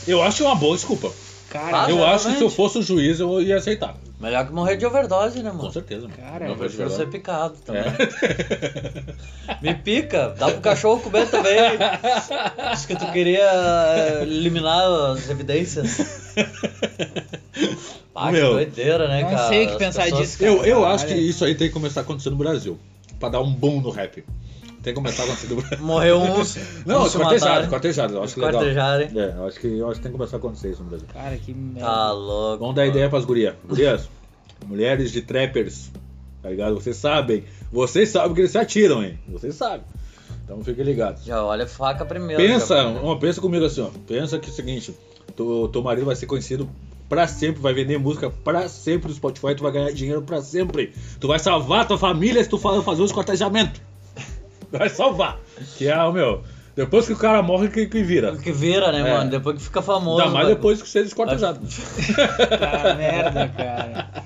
[SPEAKER 2] Eu acho que é uma boa desculpa.
[SPEAKER 3] cara,
[SPEAKER 4] Ah,
[SPEAKER 2] eu
[SPEAKER 4] exatamente.
[SPEAKER 2] acho que se eu fosse o juiz eu ia aceitar.
[SPEAKER 4] Melhor que morrer de overdose, né,
[SPEAKER 2] Com
[SPEAKER 4] mano?
[SPEAKER 2] certeza. mano.
[SPEAKER 3] Cara,
[SPEAKER 2] Não, É.
[SPEAKER 3] eu
[SPEAKER 2] foi de
[SPEAKER 4] Prefiro
[SPEAKER 2] verdade.
[SPEAKER 4] ser picado também.
[SPEAKER 2] É.
[SPEAKER 4] Me pica, dá pro cachorro comer também. Diz que tu queria eh, eliminar as evidências. Ah, que
[SPEAKER 2] Meu.
[SPEAKER 4] doideira, né,
[SPEAKER 3] Não
[SPEAKER 4] cara?
[SPEAKER 3] sei o que
[SPEAKER 4] As
[SPEAKER 3] pensar
[SPEAKER 4] pessoas-
[SPEAKER 3] disso.
[SPEAKER 2] Eu, eu
[SPEAKER 3] Caralho.
[SPEAKER 2] acho que isso aí tem que começar a acontecer no Brasil. Pra dar um boom no rap. Tem que começar a acontecer no Brasil.
[SPEAKER 4] Morreu uns.
[SPEAKER 2] Não,
[SPEAKER 4] uns se né?
[SPEAKER 2] esquartejado,
[SPEAKER 4] mataram.
[SPEAKER 2] esquartejado. Eu acho que legal.
[SPEAKER 4] Esquartejarem.
[SPEAKER 2] É, eu acho que, eu acho que tem que começar a acontecer isso no Brasil.
[SPEAKER 3] cara, que merda.
[SPEAKER 4] Tá louco.
[SPEAKER 2] Vamos dar ideia pras gurias. Gurias, mulheres de trappers, tá ligado? Vocês sabem. Vocês sabem que eles se atiram, hein? Vocês sabem. Então fiquem ligados.
[SPEAKER 4] Já olha a faca primeiro.
[SPEAKER 2] Pensa,
[SPEAKER 4] já-
[SPEAKER 2] ó, pensa comigo assim, ó. Pensa que é o seguinte, tu, teu marido vai ser conhecido pra sempre, vai vender música pra sempre no Spotify, tu vai ganhar dinheiro pra sempre. Tu vai salvar tua família se tu fa- fazer um escortejamento. Vai salvar. Que é o meu. Depois que o cara morre, que, que vira.
[SPEAKER 4] Que vira, né,
[SPEAKER 2] É.
[SPEAKER 4] mano? Depois que fica famoso.
[SPEAKER 2] Ainda mais
[SPEAKER 4] vai-
[SPEAKER 2] depois que você é escortejado.
[SPEAKER 3] Tá merda, cara.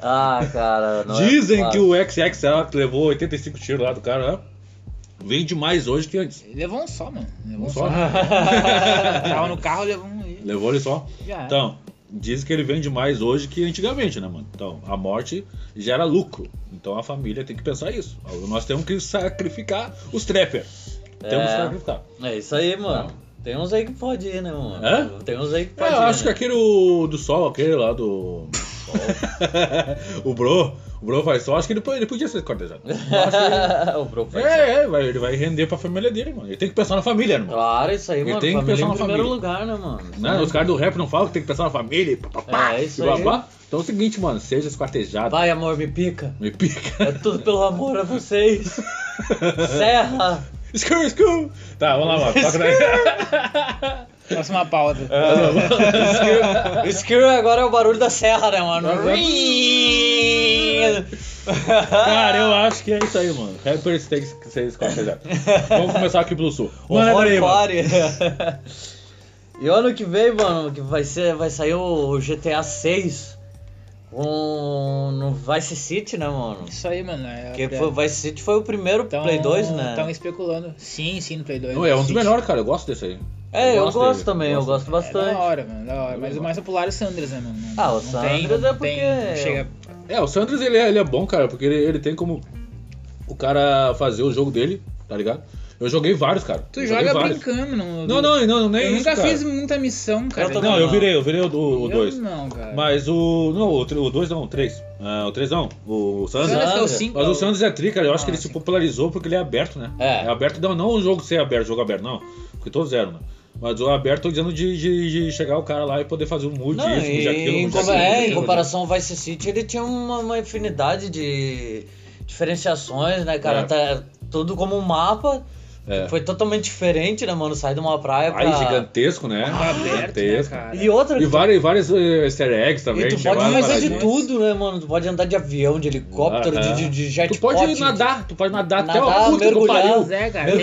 [SPEAKER 4] Ah, cara. não é
[SPEAKER 2] Dizem
[SPEAKER 4] fácil.
[SPEAKER 2] que o XXL que levou 85 tiros lá do cara, né? Vende mais hoje que antes.
[SPEAKER 3] Ele levou um só, mano. Levou um
[SPEAKER 2] Um
[SPEAKER 3] só.
[SPEAKER 2] só?
[SPEAKER 3] Tava no carro, levou um e
[SPEAKER 2] Levou ele só.
[SPEAKER 3] já. era.
[SPEAKER 2] Então, diz que ele vende mais hoje que antigamente, né, mano? Então, a morte gera lucro. Então a família tem que pensar isso. Nós temos que sacrificar os trappers. Temos que
[SPEAKER 4] É.
[SPEAKER 2] sacrificar.
[SPEAKER 4] É isso aí, mano. Tem uns aí que pode ir, né, mano?
[SPEAKER 2] Hã?
[SPEAKER 4] Tem uns aí que
[SPEAKER 2] É,
[SPEAKER 4] pode ir.
[SPEAKER 2] eu acho que
[SPEAKER 4] né?
[SPEAKER 2] aquele o- do sol, aquele lá do. o Bro, o Bro faz sol, acho que ele, po- ele podia ser cortejado.
[SPEAKER 4] né? o professor.
[SPEAKER 2] É, é, vai- ele vai render pra família dele, mano. Ele tem que pensar na família, irmão.
[SPEAKER 4] Claro, isso aí,
[SPEAKER 2] Ele
[SPEAKER 4] mano.
[SPEAKER 2] tem que
[SPEAKER 4] família
[SPEAKER 2] pensar
[SPEAKER 4] em
[SPEAKER 2] na
[SPEAKER 4] primeiro
[SPEAKER 2] família.
[SPEAKER 4] lugar, né, mano?
[SPEAKER 2] Né? Os caras do rap não falam que tem que pensar na família. e Pá, pá, pá,
[SPEAKER 4] É, isso
[SPEAKER 2] e blá,
[SPEAKER 4] aí.
[SPEAKER 2] blá. Então é o seguinte, mano, seja esquartejado.
[SPEAKER 4] Vai, amor, me pica.
[SPEAKER 2] Me pica.
[SPEAKER 4] É tudo pelo amor a vocês. Serra.
[SPEAKER 2] Screw, screw! Tá, vamos lá, mano. Toca daí.
[SPEAKER 3] Próxima pauta.
[SPEAKER 2] É.
[SPEAKER 4] O Skill agora é o barulho da serra, né, mano?
[SPEAKER 2] Exato. Cara, eu acho que é isso aí, mano. Rappers tem que ser esquartejado. Vamos começar aqui pelo sul.
[SPEAKER 3] é
[SPEAKER 2] Manda daí, mano.
[SPEAKER 4] Horror, E ano que vem, mano, que vai, ser, vai sair o GTA 6 com no Vice City, né, mano?
[SPEAKER 3] Isso aí, mano. É
[SPEAKER 4] Porque foi, o Vice City foi o primeiro
[SPEAKER 3] Tão-
[SPEAKER 4] Play 2, né?
[SPEAKER 3] Tão especulando. Sim, sim, no Play 2.
[SPEAKER 2] Não, é um dos
[SPEAKER 3] Sim.
[SPEAKER 2] melhores, cara. Eu gosto desse aí.
[SPEAKER 4] É, eu gosto,
[SPEAKER 2] dele.
[SPEAKER 4] também, eu gosto
[SPEAKER 3] É da
[SPEAKER 4] bastante.
[SPEAKER 3] hora, mano, da hora. Mas o mais popular é o Sanders, né, mano? Não-
[SPEAKER 4] Ah, o
[SPEAKER 3] não tem-
[SPEAKER 4] Sanders é
[SPEAKER 3] não tem-
[SPEAKER 4] porque-
[SPEAKER 3] não chega...
[SPEAKER 2] É, o Sanders ele é, ele é bom, cara, porque ele, ele tem como o cara fazer o jogo dele, tá ligado? Eu joguei vários, cara.
[SPEAKER 3] Tu
[SPEAKER 2] Eu joguei
[SPEAKER 3] joga
[SPEAKER 2] vários.
[SPEAKER 3] brincando. No...
[SPEAKER 2] Não, não, não, nem
[SPEAKER 3] Eu
[SPEAKER 2] isso,
[SPEAKER 3] nunca
[SPEAKER 2] cara.
[SPEAKER 3] fiz muita missão, cara.
[SPEAKER 4] Eu também
[SPEAKER 2] Não, eu
[SPEAKER 4] não.
[SPEAKER 2] virei, eu virei o 2. O
[SPEAKER 3] Eu
[SPEAKER 2] dois.
[SPEAKER 3] Não, cara.
[SPEAKER 2] Mas o. Não, o 2 não, o 3. o 3 não, o Sanders.
[SPEAKER 3] Sanders é o
[SPEAKER 4] Sanders.
[SPEAKER 3] 5.
[SPEAKER 2] Mas o Sanders é tri, cara. Eu acho
[SPEAKER 3] Ah,
[SPEAKER 2] que ele se
[SPEAKER 3] sim.
[SPEAKER 2] popularizou porque ele é aberto, né?
[SPEAKER 4] É.
[SPEAKER 2] aberto, não, não o jogo ser aberto, jogo aberto, não. Porque todos eram, né? Mas o aberto, tô dizendo de, de- de chegar o cara lá e poder fazer um mood
[SPEAKER 4] Não,
[SPEAKER 2] disso, mood
[SPEAKER 4] e
[SPEAKER 2] daquilo,
[SPEAKER 4] em,
[SPEAKER 2] mood
[SPEAKER 4] com-
[SPEAKER 2] daquilo,
[SPEAKER 4] é,
[SPEAKER 2] mood
[SPEAKER 4] em
[SPEAKER 2] daquilo,
[SPEAKER 4] comparação ao Vice City, ele tinha uma, uma infinidade de diferenciações, né, cara?
[SPEAKER 2] É.
[SPEAKER 4] Tá- tudo como um mapa.
[SPEAKER 2] É.
[SPEAKER 4] Foi totalmente diferente, né, mano? Sair de uma praia pra...
[SPEAKER 2] Aí, gigantesco, né?
[SPEAKER 4] Ah,
[SPEAKER 3] Aberto, né,
[SPEAKER 2] gigantesco.
[SPEAKER 3] cara?
[SPEAKER 4] E outra...
[SPEAKER 2] E várias, várias eh, easter eggs também.
[SPEAKER 4] E tu
[SPEAKER 2] tinha
[SPEAKER 4] pode
[SPEAKER 2] várias
[SPEAKER 4] fazer de
[SPEAKER 2] paradinhas.
[SPEAKER 4] tudo, né, mano? Tu pode andar de avião, de helicóptero,
[SPEAKER 2] Ah, é.
[SPEAKER 4] de, de, de jet
[SPEAKER 2] Tu pode
[SPEAKER 4] pot,
[SPEAKER 2] nadar, tu pode nadar, até
[SPEAKER 4] Nadar,
[SPEAKER 2] o puto que
[SPEAKER 4] mergulhar.
[SPEAKER 2] pariu.
[SPEAKER 3] Pois é, cara. tem-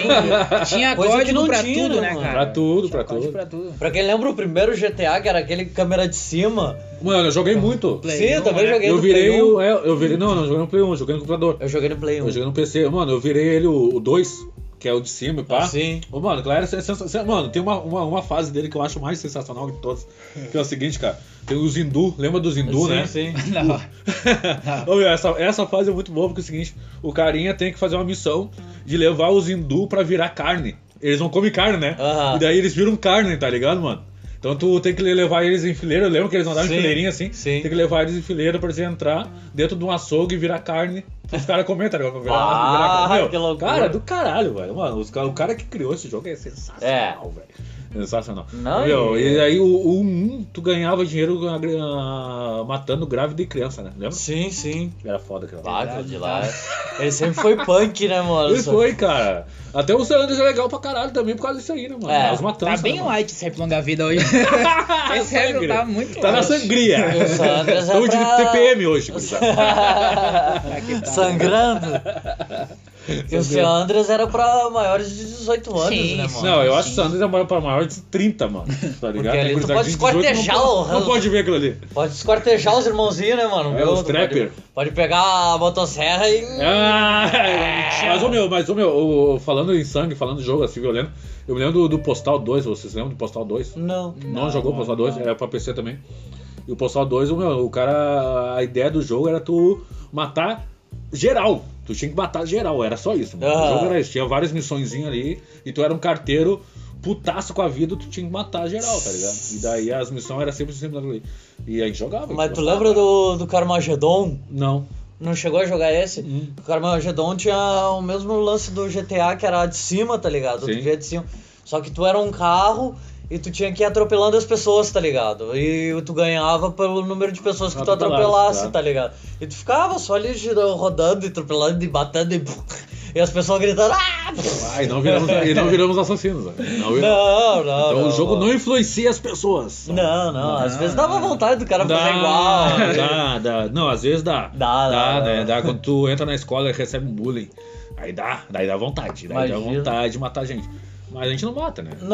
[SPEAKER 3] Tinha
[SPEAKER 4] Coisa que
[SPEAKER 3] código
[SPEAKER 4] não
[SPEAKER 3] pra
[SPEAKER 4] tinha,
[SPEAKER 3] tudo,
[SPEAKER 4] né,
[SPEAKER 3] né,
[SPEAKER 4] mano?
[SPEAKER 3] cara?
[SPEAKER 2] Pra tudo,
[SPEAKER 3] Tinha
[SPEAKER 2] pra
[SPEAKER 3] código
[SPEAKER 2] tudo.
[SPEAKER 3] pra tudo.
[SPEAKER 4] Pra quem lembra o primeiro GTA, que era aquele câmera de cima.
[SPEAKER 2] Mano, eu joguei muito.
[SPEAKER 3] Play
[SPEAKER 4] Sim,
[SPEAKER 3] um,
[SPEAKER 4] também
[SPEAKER 3] né?
[SPEAKER 4] joguei
[SPEAKER 2] Eu
[SPEAKER 4] no
[SPEAKER 2] virei
[SPEAKER 4] Play 1.
[SPEAKER 2] o. é, eu virei. Não, não, eu joguei no Play 1, joguei no computador.
[SPEAKER 4] Eu joguei no Play 1.
[SPEAKER 2] Eu joguei no PC, mano, eu virei ele o 2, que é o de cima e pá.
[SPEAKER 4] Ah, sim.
[SPEAKER 2] Ô, mano, claro, sen- sen- sen- mano, tem uma, uma, uma fase dele que eu acho mais sensacional de todas, que é o seguinte, cara. Tem os hindu, lembra dos hindu,
[SPEAKER 4] sim,
[SPEAKER 2] né?
[SPEAKER 4] sim.
[SPEAKER 3] Não.
[SPEAKER 2] Ô, meu, essa, essa fase é muito boa, porque é o seguinte, o carinha tem que fazer uma missão de levar os hindu pra virar carne. Eles não comem carne, né?
[SPEAKER 4] Aham.
[SPEAKER 2] E daí eles viram carne, tá ligado, mano? Então tu tem que levar eles em fileira, eu lembro que eles andavam em
[SPEAKER 4] Sim,
[SPEAKER 2] fileirinha assim.
[SPEAKER 4] sim.
[SPEAKER 2] Tem que levar eles em fileira pra eles entrar dentro de um açougue e virar carne. Os caras comentam, né? Virar,
[SPEAKER 4] Ah,
[SPEAKER 2] virar carne. Meu,
[SPEAKER 4] que loucura.
[SPEAKER 2] Cara, do caralho, velho. Mano, os ca- o cara que criou esse jogo é sensacional, velho. Sensacional.
[SPEAKER 4] Não,
[SPEAKER 2] Meu,
[SPEAKER 4] e-
[SPEAKER 2] e aí o, o um, tu ganhava dinheiro ah, matando grávida e criança, né? Lembra?
[SPEAKER 4] Sim, sim.
[SPEAKER 2] Era foda aquela.
[SPEAKER 4] Bah,
[SPEAKER 2] lá.
[SPEAKER 4] aquilo de lá. Ele sempre foi punk, né, mano?
[SPEAKER 2] tá. Ele foi, cara. Até o San Andreas é legal pra caralho também por causa disso aí, né, mano?
[SPEAKER 4] É,
[SPEAKER 2] As matanças,
[SPEAKER 3] Tá bem
[SPEAKER 2] né, mano?
[SPEAKER 3] light esse rap longa vida hoje. esse rap tá muito
[SPEAKER 2] Tá na
[SPEAKER 3] light.
[SPEAKER 2] sangria.
[SPEAKER 4] O San Andreas é
[SPEAKER 2] Estamos
[SPEAKER 4] pra-
[SPEAKER 2] de TPM hoje, gurizada.
[SPEAKER 4] Ah,
[SPEAKER 3] Aqui tá.
[SPEAKER 4] Sangrando. E o seu Andres era pra maiores de 18 anos,
[SPEAKER 3] Sim,
[SPEAKER 4] né,
[SPEAKER 3] sim.
[SPEAKER 4] mano?
[SPEAKER 2] Não, eu acho que o San Andreas é maior pra maior de 30, mano. Tá ligado?
[SPEAKER 4] ali
[SPEAKER 2] Tem
[SPEAKER 4] tu
[SPEAKER 2] gurizadinha
[SPEAKER 4] pode
[SPEAKER 2] de 18,
[SPEAKER 4] esquartejar
[SPEAKER 2] não,
[SPEAKER 4] o
[SPEAKER 2] pode-
[SPEAKER 4] ranço.
[SPEAKER 2] Não pode ver aquilo ali.
[SPEAKER 4] Pode esquartejar os irmãozinhos, né,
[SPEAKER 2] É,
[SPEAKER 4] mano? Viu?
[SPEAKER 2] os
[SPEAKER 4] Tu
[SPEAKER 2] trapper.
[SPEAKER 4] Pode, pode pegar a motosserra e.
[SPEAKER 2] Ah, mas, ô meu, mas, ô meu, ô, falando em sangue, falando de jogo assim, violento, eu me lembro do, do Postal 2, vocês lembram do Postal 2?
[SPEAKER 4] Não.
[SPEAKER 2] Não,
[SPEAKER 3] Não,
[SPEAKER 2] jogou o
[SPEAKER 3] não,
[SPEAKER 2] Postal 2?
[SPEAKER 3] não.
[SPEAKER 2] Era pra PC também. E o Postal 2, o, meu, o cara, a ideia do jogo era tu matar geral. Tu tinha que matar geral, era só isso. mano.
[SPEAKER 4] Ah.
[SPEAKER 2] O jogo era isso, tinha várias missõezinhas ali, e tu era um carteiro putaço com a vida, tu tinha que matar geral, tá ligado? E daí as missões eram sempre sempre ali. E a gente jogava.
[SPEAKER 4] Mas tu
[SPEAKER 2] gostava.
[SPEAKER 4] lembra do, do Carmageddon?
[SPEAKER 2] Não.
[SPEAKER 4] Não chegou a jogar esse?
[SPEAKER 2] Hum.
[SPEAKER 4] O Carmageddon tinha o mesmo lance do GTA, que era de cima, tá ligado?
[SPEAKER 2] Sim.
[SPEAKER 4] Tu via de cima. Só que tu era um carro e tu tinha que ir atropelando as pessoas, tá ligado? E tu ganhava pelo número de pessoas que tu
[SPEAKER 2] Atropelado,
[SPEAKER 4] atropelasse,
[SPEAKER 2] tá.
[SPEAKER 4] tá ligado? E tu ficava só ali girando, rodando e atropelando e batendo e... E as pessoas gritando... Ah!
[SPEAKER 2] Ah, e não viramos, e não viramos assassinos. né? Não, viramos.
[SPEAKER 4] Não, não,
[SPEAKER 2] Então
[SPEAKER 4] não,
[SPEAKER 2] o jogo não influencia as pessoas.
[SPEAKER 4] Não, não. Às vezes dava vontade do cara fazer
[SPEAKER 2] Dá,
[SPEAKER 4] igual.
[SPEAKER 2] dá, dá. Não, às vezes dá.
[SPEAKER 4] Dá, dá,
[SPEAKER 2] né?
[SPEAKER 4] dá.
[SPEAKER 2] Dá quando tu entra na escola e recebe um bullying. Aí dá, daí dá vontade. Daí dá
[SPEAKER 4] Imagina. Ah,
[SPEAKER 2] vontade de matar gente. Mas a gente não mata, né? A gente,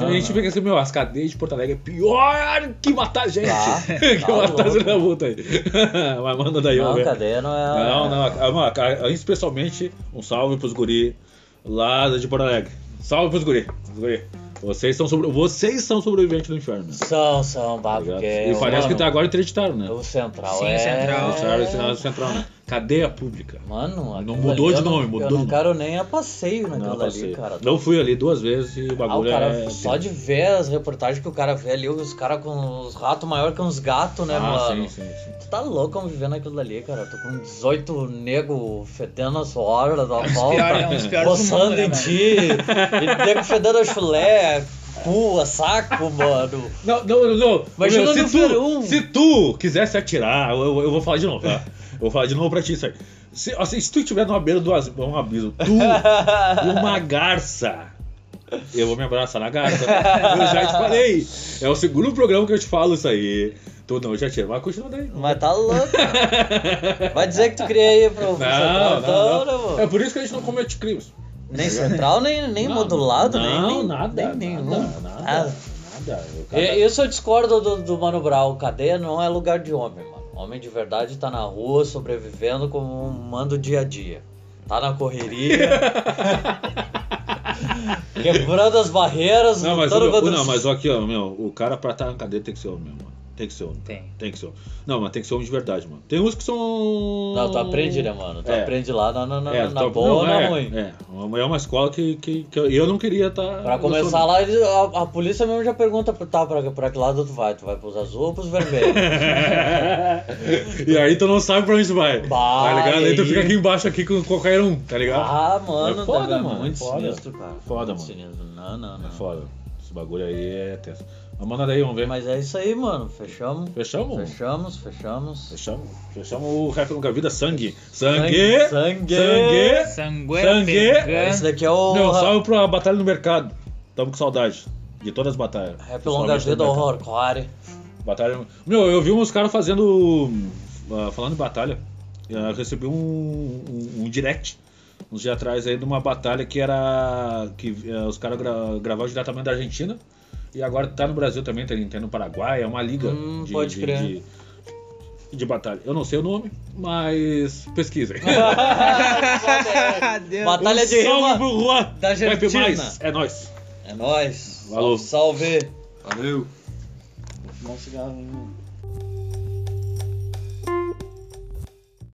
[SPEAKER 4] Não,
[SPEAKER 2] a gente fica assim, meu, as cadeias de Porto Alegre é pior que matar gente.
[SPEAKER 4] Tá,
[SPEAKER 2] que
[SPEAKER 4] tá
[SPEAKER 2] matar gente
[SPEAKER 4] louco.
[SPEAKER 2] na multa aí. Mas manda daí, ó.
[SPEAKER 4] não,
[SPEAKER 2] velho.
[SPEAKER 4] cadeia não é...
[SPEAKER 2] Não, não. ah, a- a- a- a- Especialmente um salve pros guri lá de Porto Alegre. Salve pros guri. Os guri. Vocês são, sobre... Vocês são sobreviventes do inferno. tá
[SPEAKER 4] São, são, bah,
[SPEAKER 2] ligado?
[SPEAKER 4] porque...
[SPEAKER 2] e parece que
[SPEAKER 4] é, mano,
[SPEAKER 2] tá agora interditaram, né?
[SPEAKER 4] O Central
[SPEAKER 3] Sim,
[SPEAKER 4] é...
[SPEAKER 3] Central.
[SPEAKER 2] Interditaram o Senado Central, né? Cadeia pública.
[SPEAKER 4] Mano, aquilo
[SPEAKER 2] mudou
[SPEAKER 4] ali
[SPEAKER 2] de
[SPEAKER 4] eu não-
[SPEAKER 2] nome, mudou
[SPEAKER 4] Eu
[SPEAKER 2] de
[SPEAKER 4] não
[SPEAKER 2] nome.
[SPEAKER 4] quero nem a passeio
[SPEAKER 2] Não,
[SPEAKER 4] naquilo
[SPEAKER 2] passei.
[SPEAKER 4] ali, cara.
[SPEAKER 2] Não fui ali duas vezes e o
[SPEAKER 4] Ah, o
[SPEAKER 2] bagulho
[SPEAKER 4] cara,
[SPEAKER 2] é...
[SPEAKER 4] só de ver as reportagens que o cara vê ali, os caras com uns ratos maior que uns gatos, né,
[SPEAKER 2] ah,
[SPEAKER 4] mano?
[SPEAKER 2] sim, sim, sim.
[SPEAKER 4] Tu tá louco vivendo aquilo ali, cara. Tô com 18 nego fedendo a suor da tua
[SPEAKER 3] Os piores-
[SPEAKER 4] volta.
[SPEAKER 3] é um dos piores do mundo,
[SPEAKER 4] Roçando
[SPEAKER 3] né,
[SPEAKER 4] em
[SPEAKER 3] mano?
[SPEAKER 4] ti. E nego fedendo a chulé, cu, saco, mano.
[SPEAKER 2] Não, não, não.
[SPEAKER 4] Imagina
[SPEAKER 2] Meu,
[SPEAKER 4] no
[SPEAKER 2] se,
[SPEAKER 4] Peru.
[SPEAKER 2] tu, se tu quisesse atirar, eu, eu- eu vou falar de novo, tá? Eu vou falar de novo pra ti isso aí. Se, assim, se tu estiver numa beira de um abismo, tu e uma garça. Eu vou me abraçar na garça. Eu já te falei. É o segundo programa que eu te falo isso aí. Tu não, já tirei, mas continua daí.
[SPEAKER 4] Mas tá louco. Vai dizer que tu queria ir pro pro Central,
[SPEAKER 2] Não, não, não.
[SPEAKER 4] então, né,
[SPEAKER 2] É
[SPEAKER 4] mano?
[SPEAKER 2] por isso que a gente não comete crimes.
[SPEAKER 4] Nem central, nem, nem
[SPEAKER 2] Não,
[SPEAKER 4] modulado, nem-
[SPEAKER 2] não,
[SPEAKER 4] nem.
[SPEAKER 2] nada,
[SPEAKER 4] Nem um- nenhum.
[SPEAKER 2] nada,
[SPEAKER 4] Ah.
[SPEAKER 2] nada, É, nada. Eu,
[SPEAKER 4] E- Isso eu discordo do, do Mano Brown. Cadeia não é lugar de homem, mano. Homem de verdade tá na rua sobrevivendo como um mando dia a dia. Tá na correria. quebrando as barreiras,
[SPEAKER 2] Não, mas, o
[SPEAKER 4] lutando
[SPEAKER 2] meu,
[SPEAKER 4] contra
[SPEAKER 2] não,
[SPEAKER 4] os-
[SPEAKER 2] mas aqui, ó, meu, o cara pra estar na cadeia tem que ser homem, mano. Tem que ser homem.
[SPEAKER 3] Tem.
[SPEAKER 2] Tem que ser homem. Não, mas tem que ser homem de verdade, mano. Tem uns que são.
[SPEAKER 4] Não, tu aprende, né, mano? Tu
[SPEAKER 2] É.
[SPEAKER 4] aprende lá na, na, na,
[SPEAKER 2] É,
[SPEAKER 4] na
[SPEAKER 2] tá-
[SPEAKER 4] boa
[SPEAKER 2] não,
[SPEAKER 4] ou na
[SPEAKER 2] é,
[SPEAKER 4] ruim.
[SPEAKER 2] É, é uma escola que, que, que eu- eu não queria estar.
[SPEAKER 4] Pra começar lá, eles- a, a polícia mesmo já pergunta pra, tá, pra, pra que lado tu vai. Tu vai pros azul ou pros vermelhos?
[SPEAKER 2] e aí tu não sabe pra onde vai.
[SPEAKER 4] Bah,
[SPEAKER 2] tá ligado?
[SPEAKER 4] e
[SPEAKER 2] Aí tu
[SPEAKER 4] aí?
[SPEAKER 2] fica aqui embaixo aqui com qualquer um, tá ligado?
[SPEAKER 4] ah, mano,
[SPEAKER 2] É foda,
[SPEAKER 4] tá,
[SPEAKER 2] mano,
[SPEAKER 4] Muito
[SPEAKER 2] é foda.
[SPEAKER 4] sinistro, cara.
[SPEAKER 2] Foda,
[SPEAKER 4] muito
[SPEAKER 2] mano.
[SPEAKER 4] Sinistro. Não, não, não.
[SPEAKER 2] É foda. Esse bagulho aí é tenso. Mas manda daí, vamos ver.
[SPEAKER 4] Mas é isso aí, mano. Fechamos.
[SPEAKER 2] Fechamos?
[SPEAKER 4] Fechamos, fechamos.
[SPEAKER 2] Fechamos. Fechamos o rap nunca vida sangue.
[SPEAKER 4] Sangue,
[SPEAKER 2] Sangue!
[SPEAKER 4] sangue.
[SPEAKER 2] Sangue!
[SPEAKER 3] Sangue.
[SPEAKER 2] Sangue.
[SPEAKER 3] pegando.
[SPEAKER 4] Esse daqui é o
[SPEAKER 2] Meu,
[SPEAKER 4] ra-
[SPEAKER 2] salve pra Batalha no Mercado. Tamo com saudade. De todas as batalhas.
[SPEAKER 4] Rap
[SPEAKER 2] Principalmente
[SPEAKER 4] Longa
[SPEAKER 2] no
[SPEAKER 4] Vida
[SPEAKER 2] mercado.
[SPEAKER 4] Horrorcore.
[SPEAKER 2] Batalha. Meu, eu vi uns caras fazendo. ah, falando em batalha. Eu recebi um, um, um direct uns dias atrás aí de uma batalha que era. que ah, os caras gra, gravavam diretamente da Argentina. E agora tá no Brasil também, tem, tem no Paraguai, é uma liga
[SPEAKER 4] Hum, pode crer.
[SPEAKER 2] de, de batalha. Eu não sei o nome, mas pesquisem.
[SPEAKER 3] Adeus.
[SPEAKER 4] Batalha de
[SPEAKER 2] Salve
[SPEAKER 4] Rima.
[SPEAKER 2] pro Juan!
[SPEAKER 4] da
[SPEAKER 2] Rap
[SPEAKER 4] Argentina.
[SPEAKER 2] mais, é nóis!
[SPEAKER 4] É nóis.
[SPEAKER 2] Falou.
[SPEAKER 4] Salve.
[SPEAKER 2] Valeu! um
[SPEAKER 4] Vamos cigarro, hein, mano.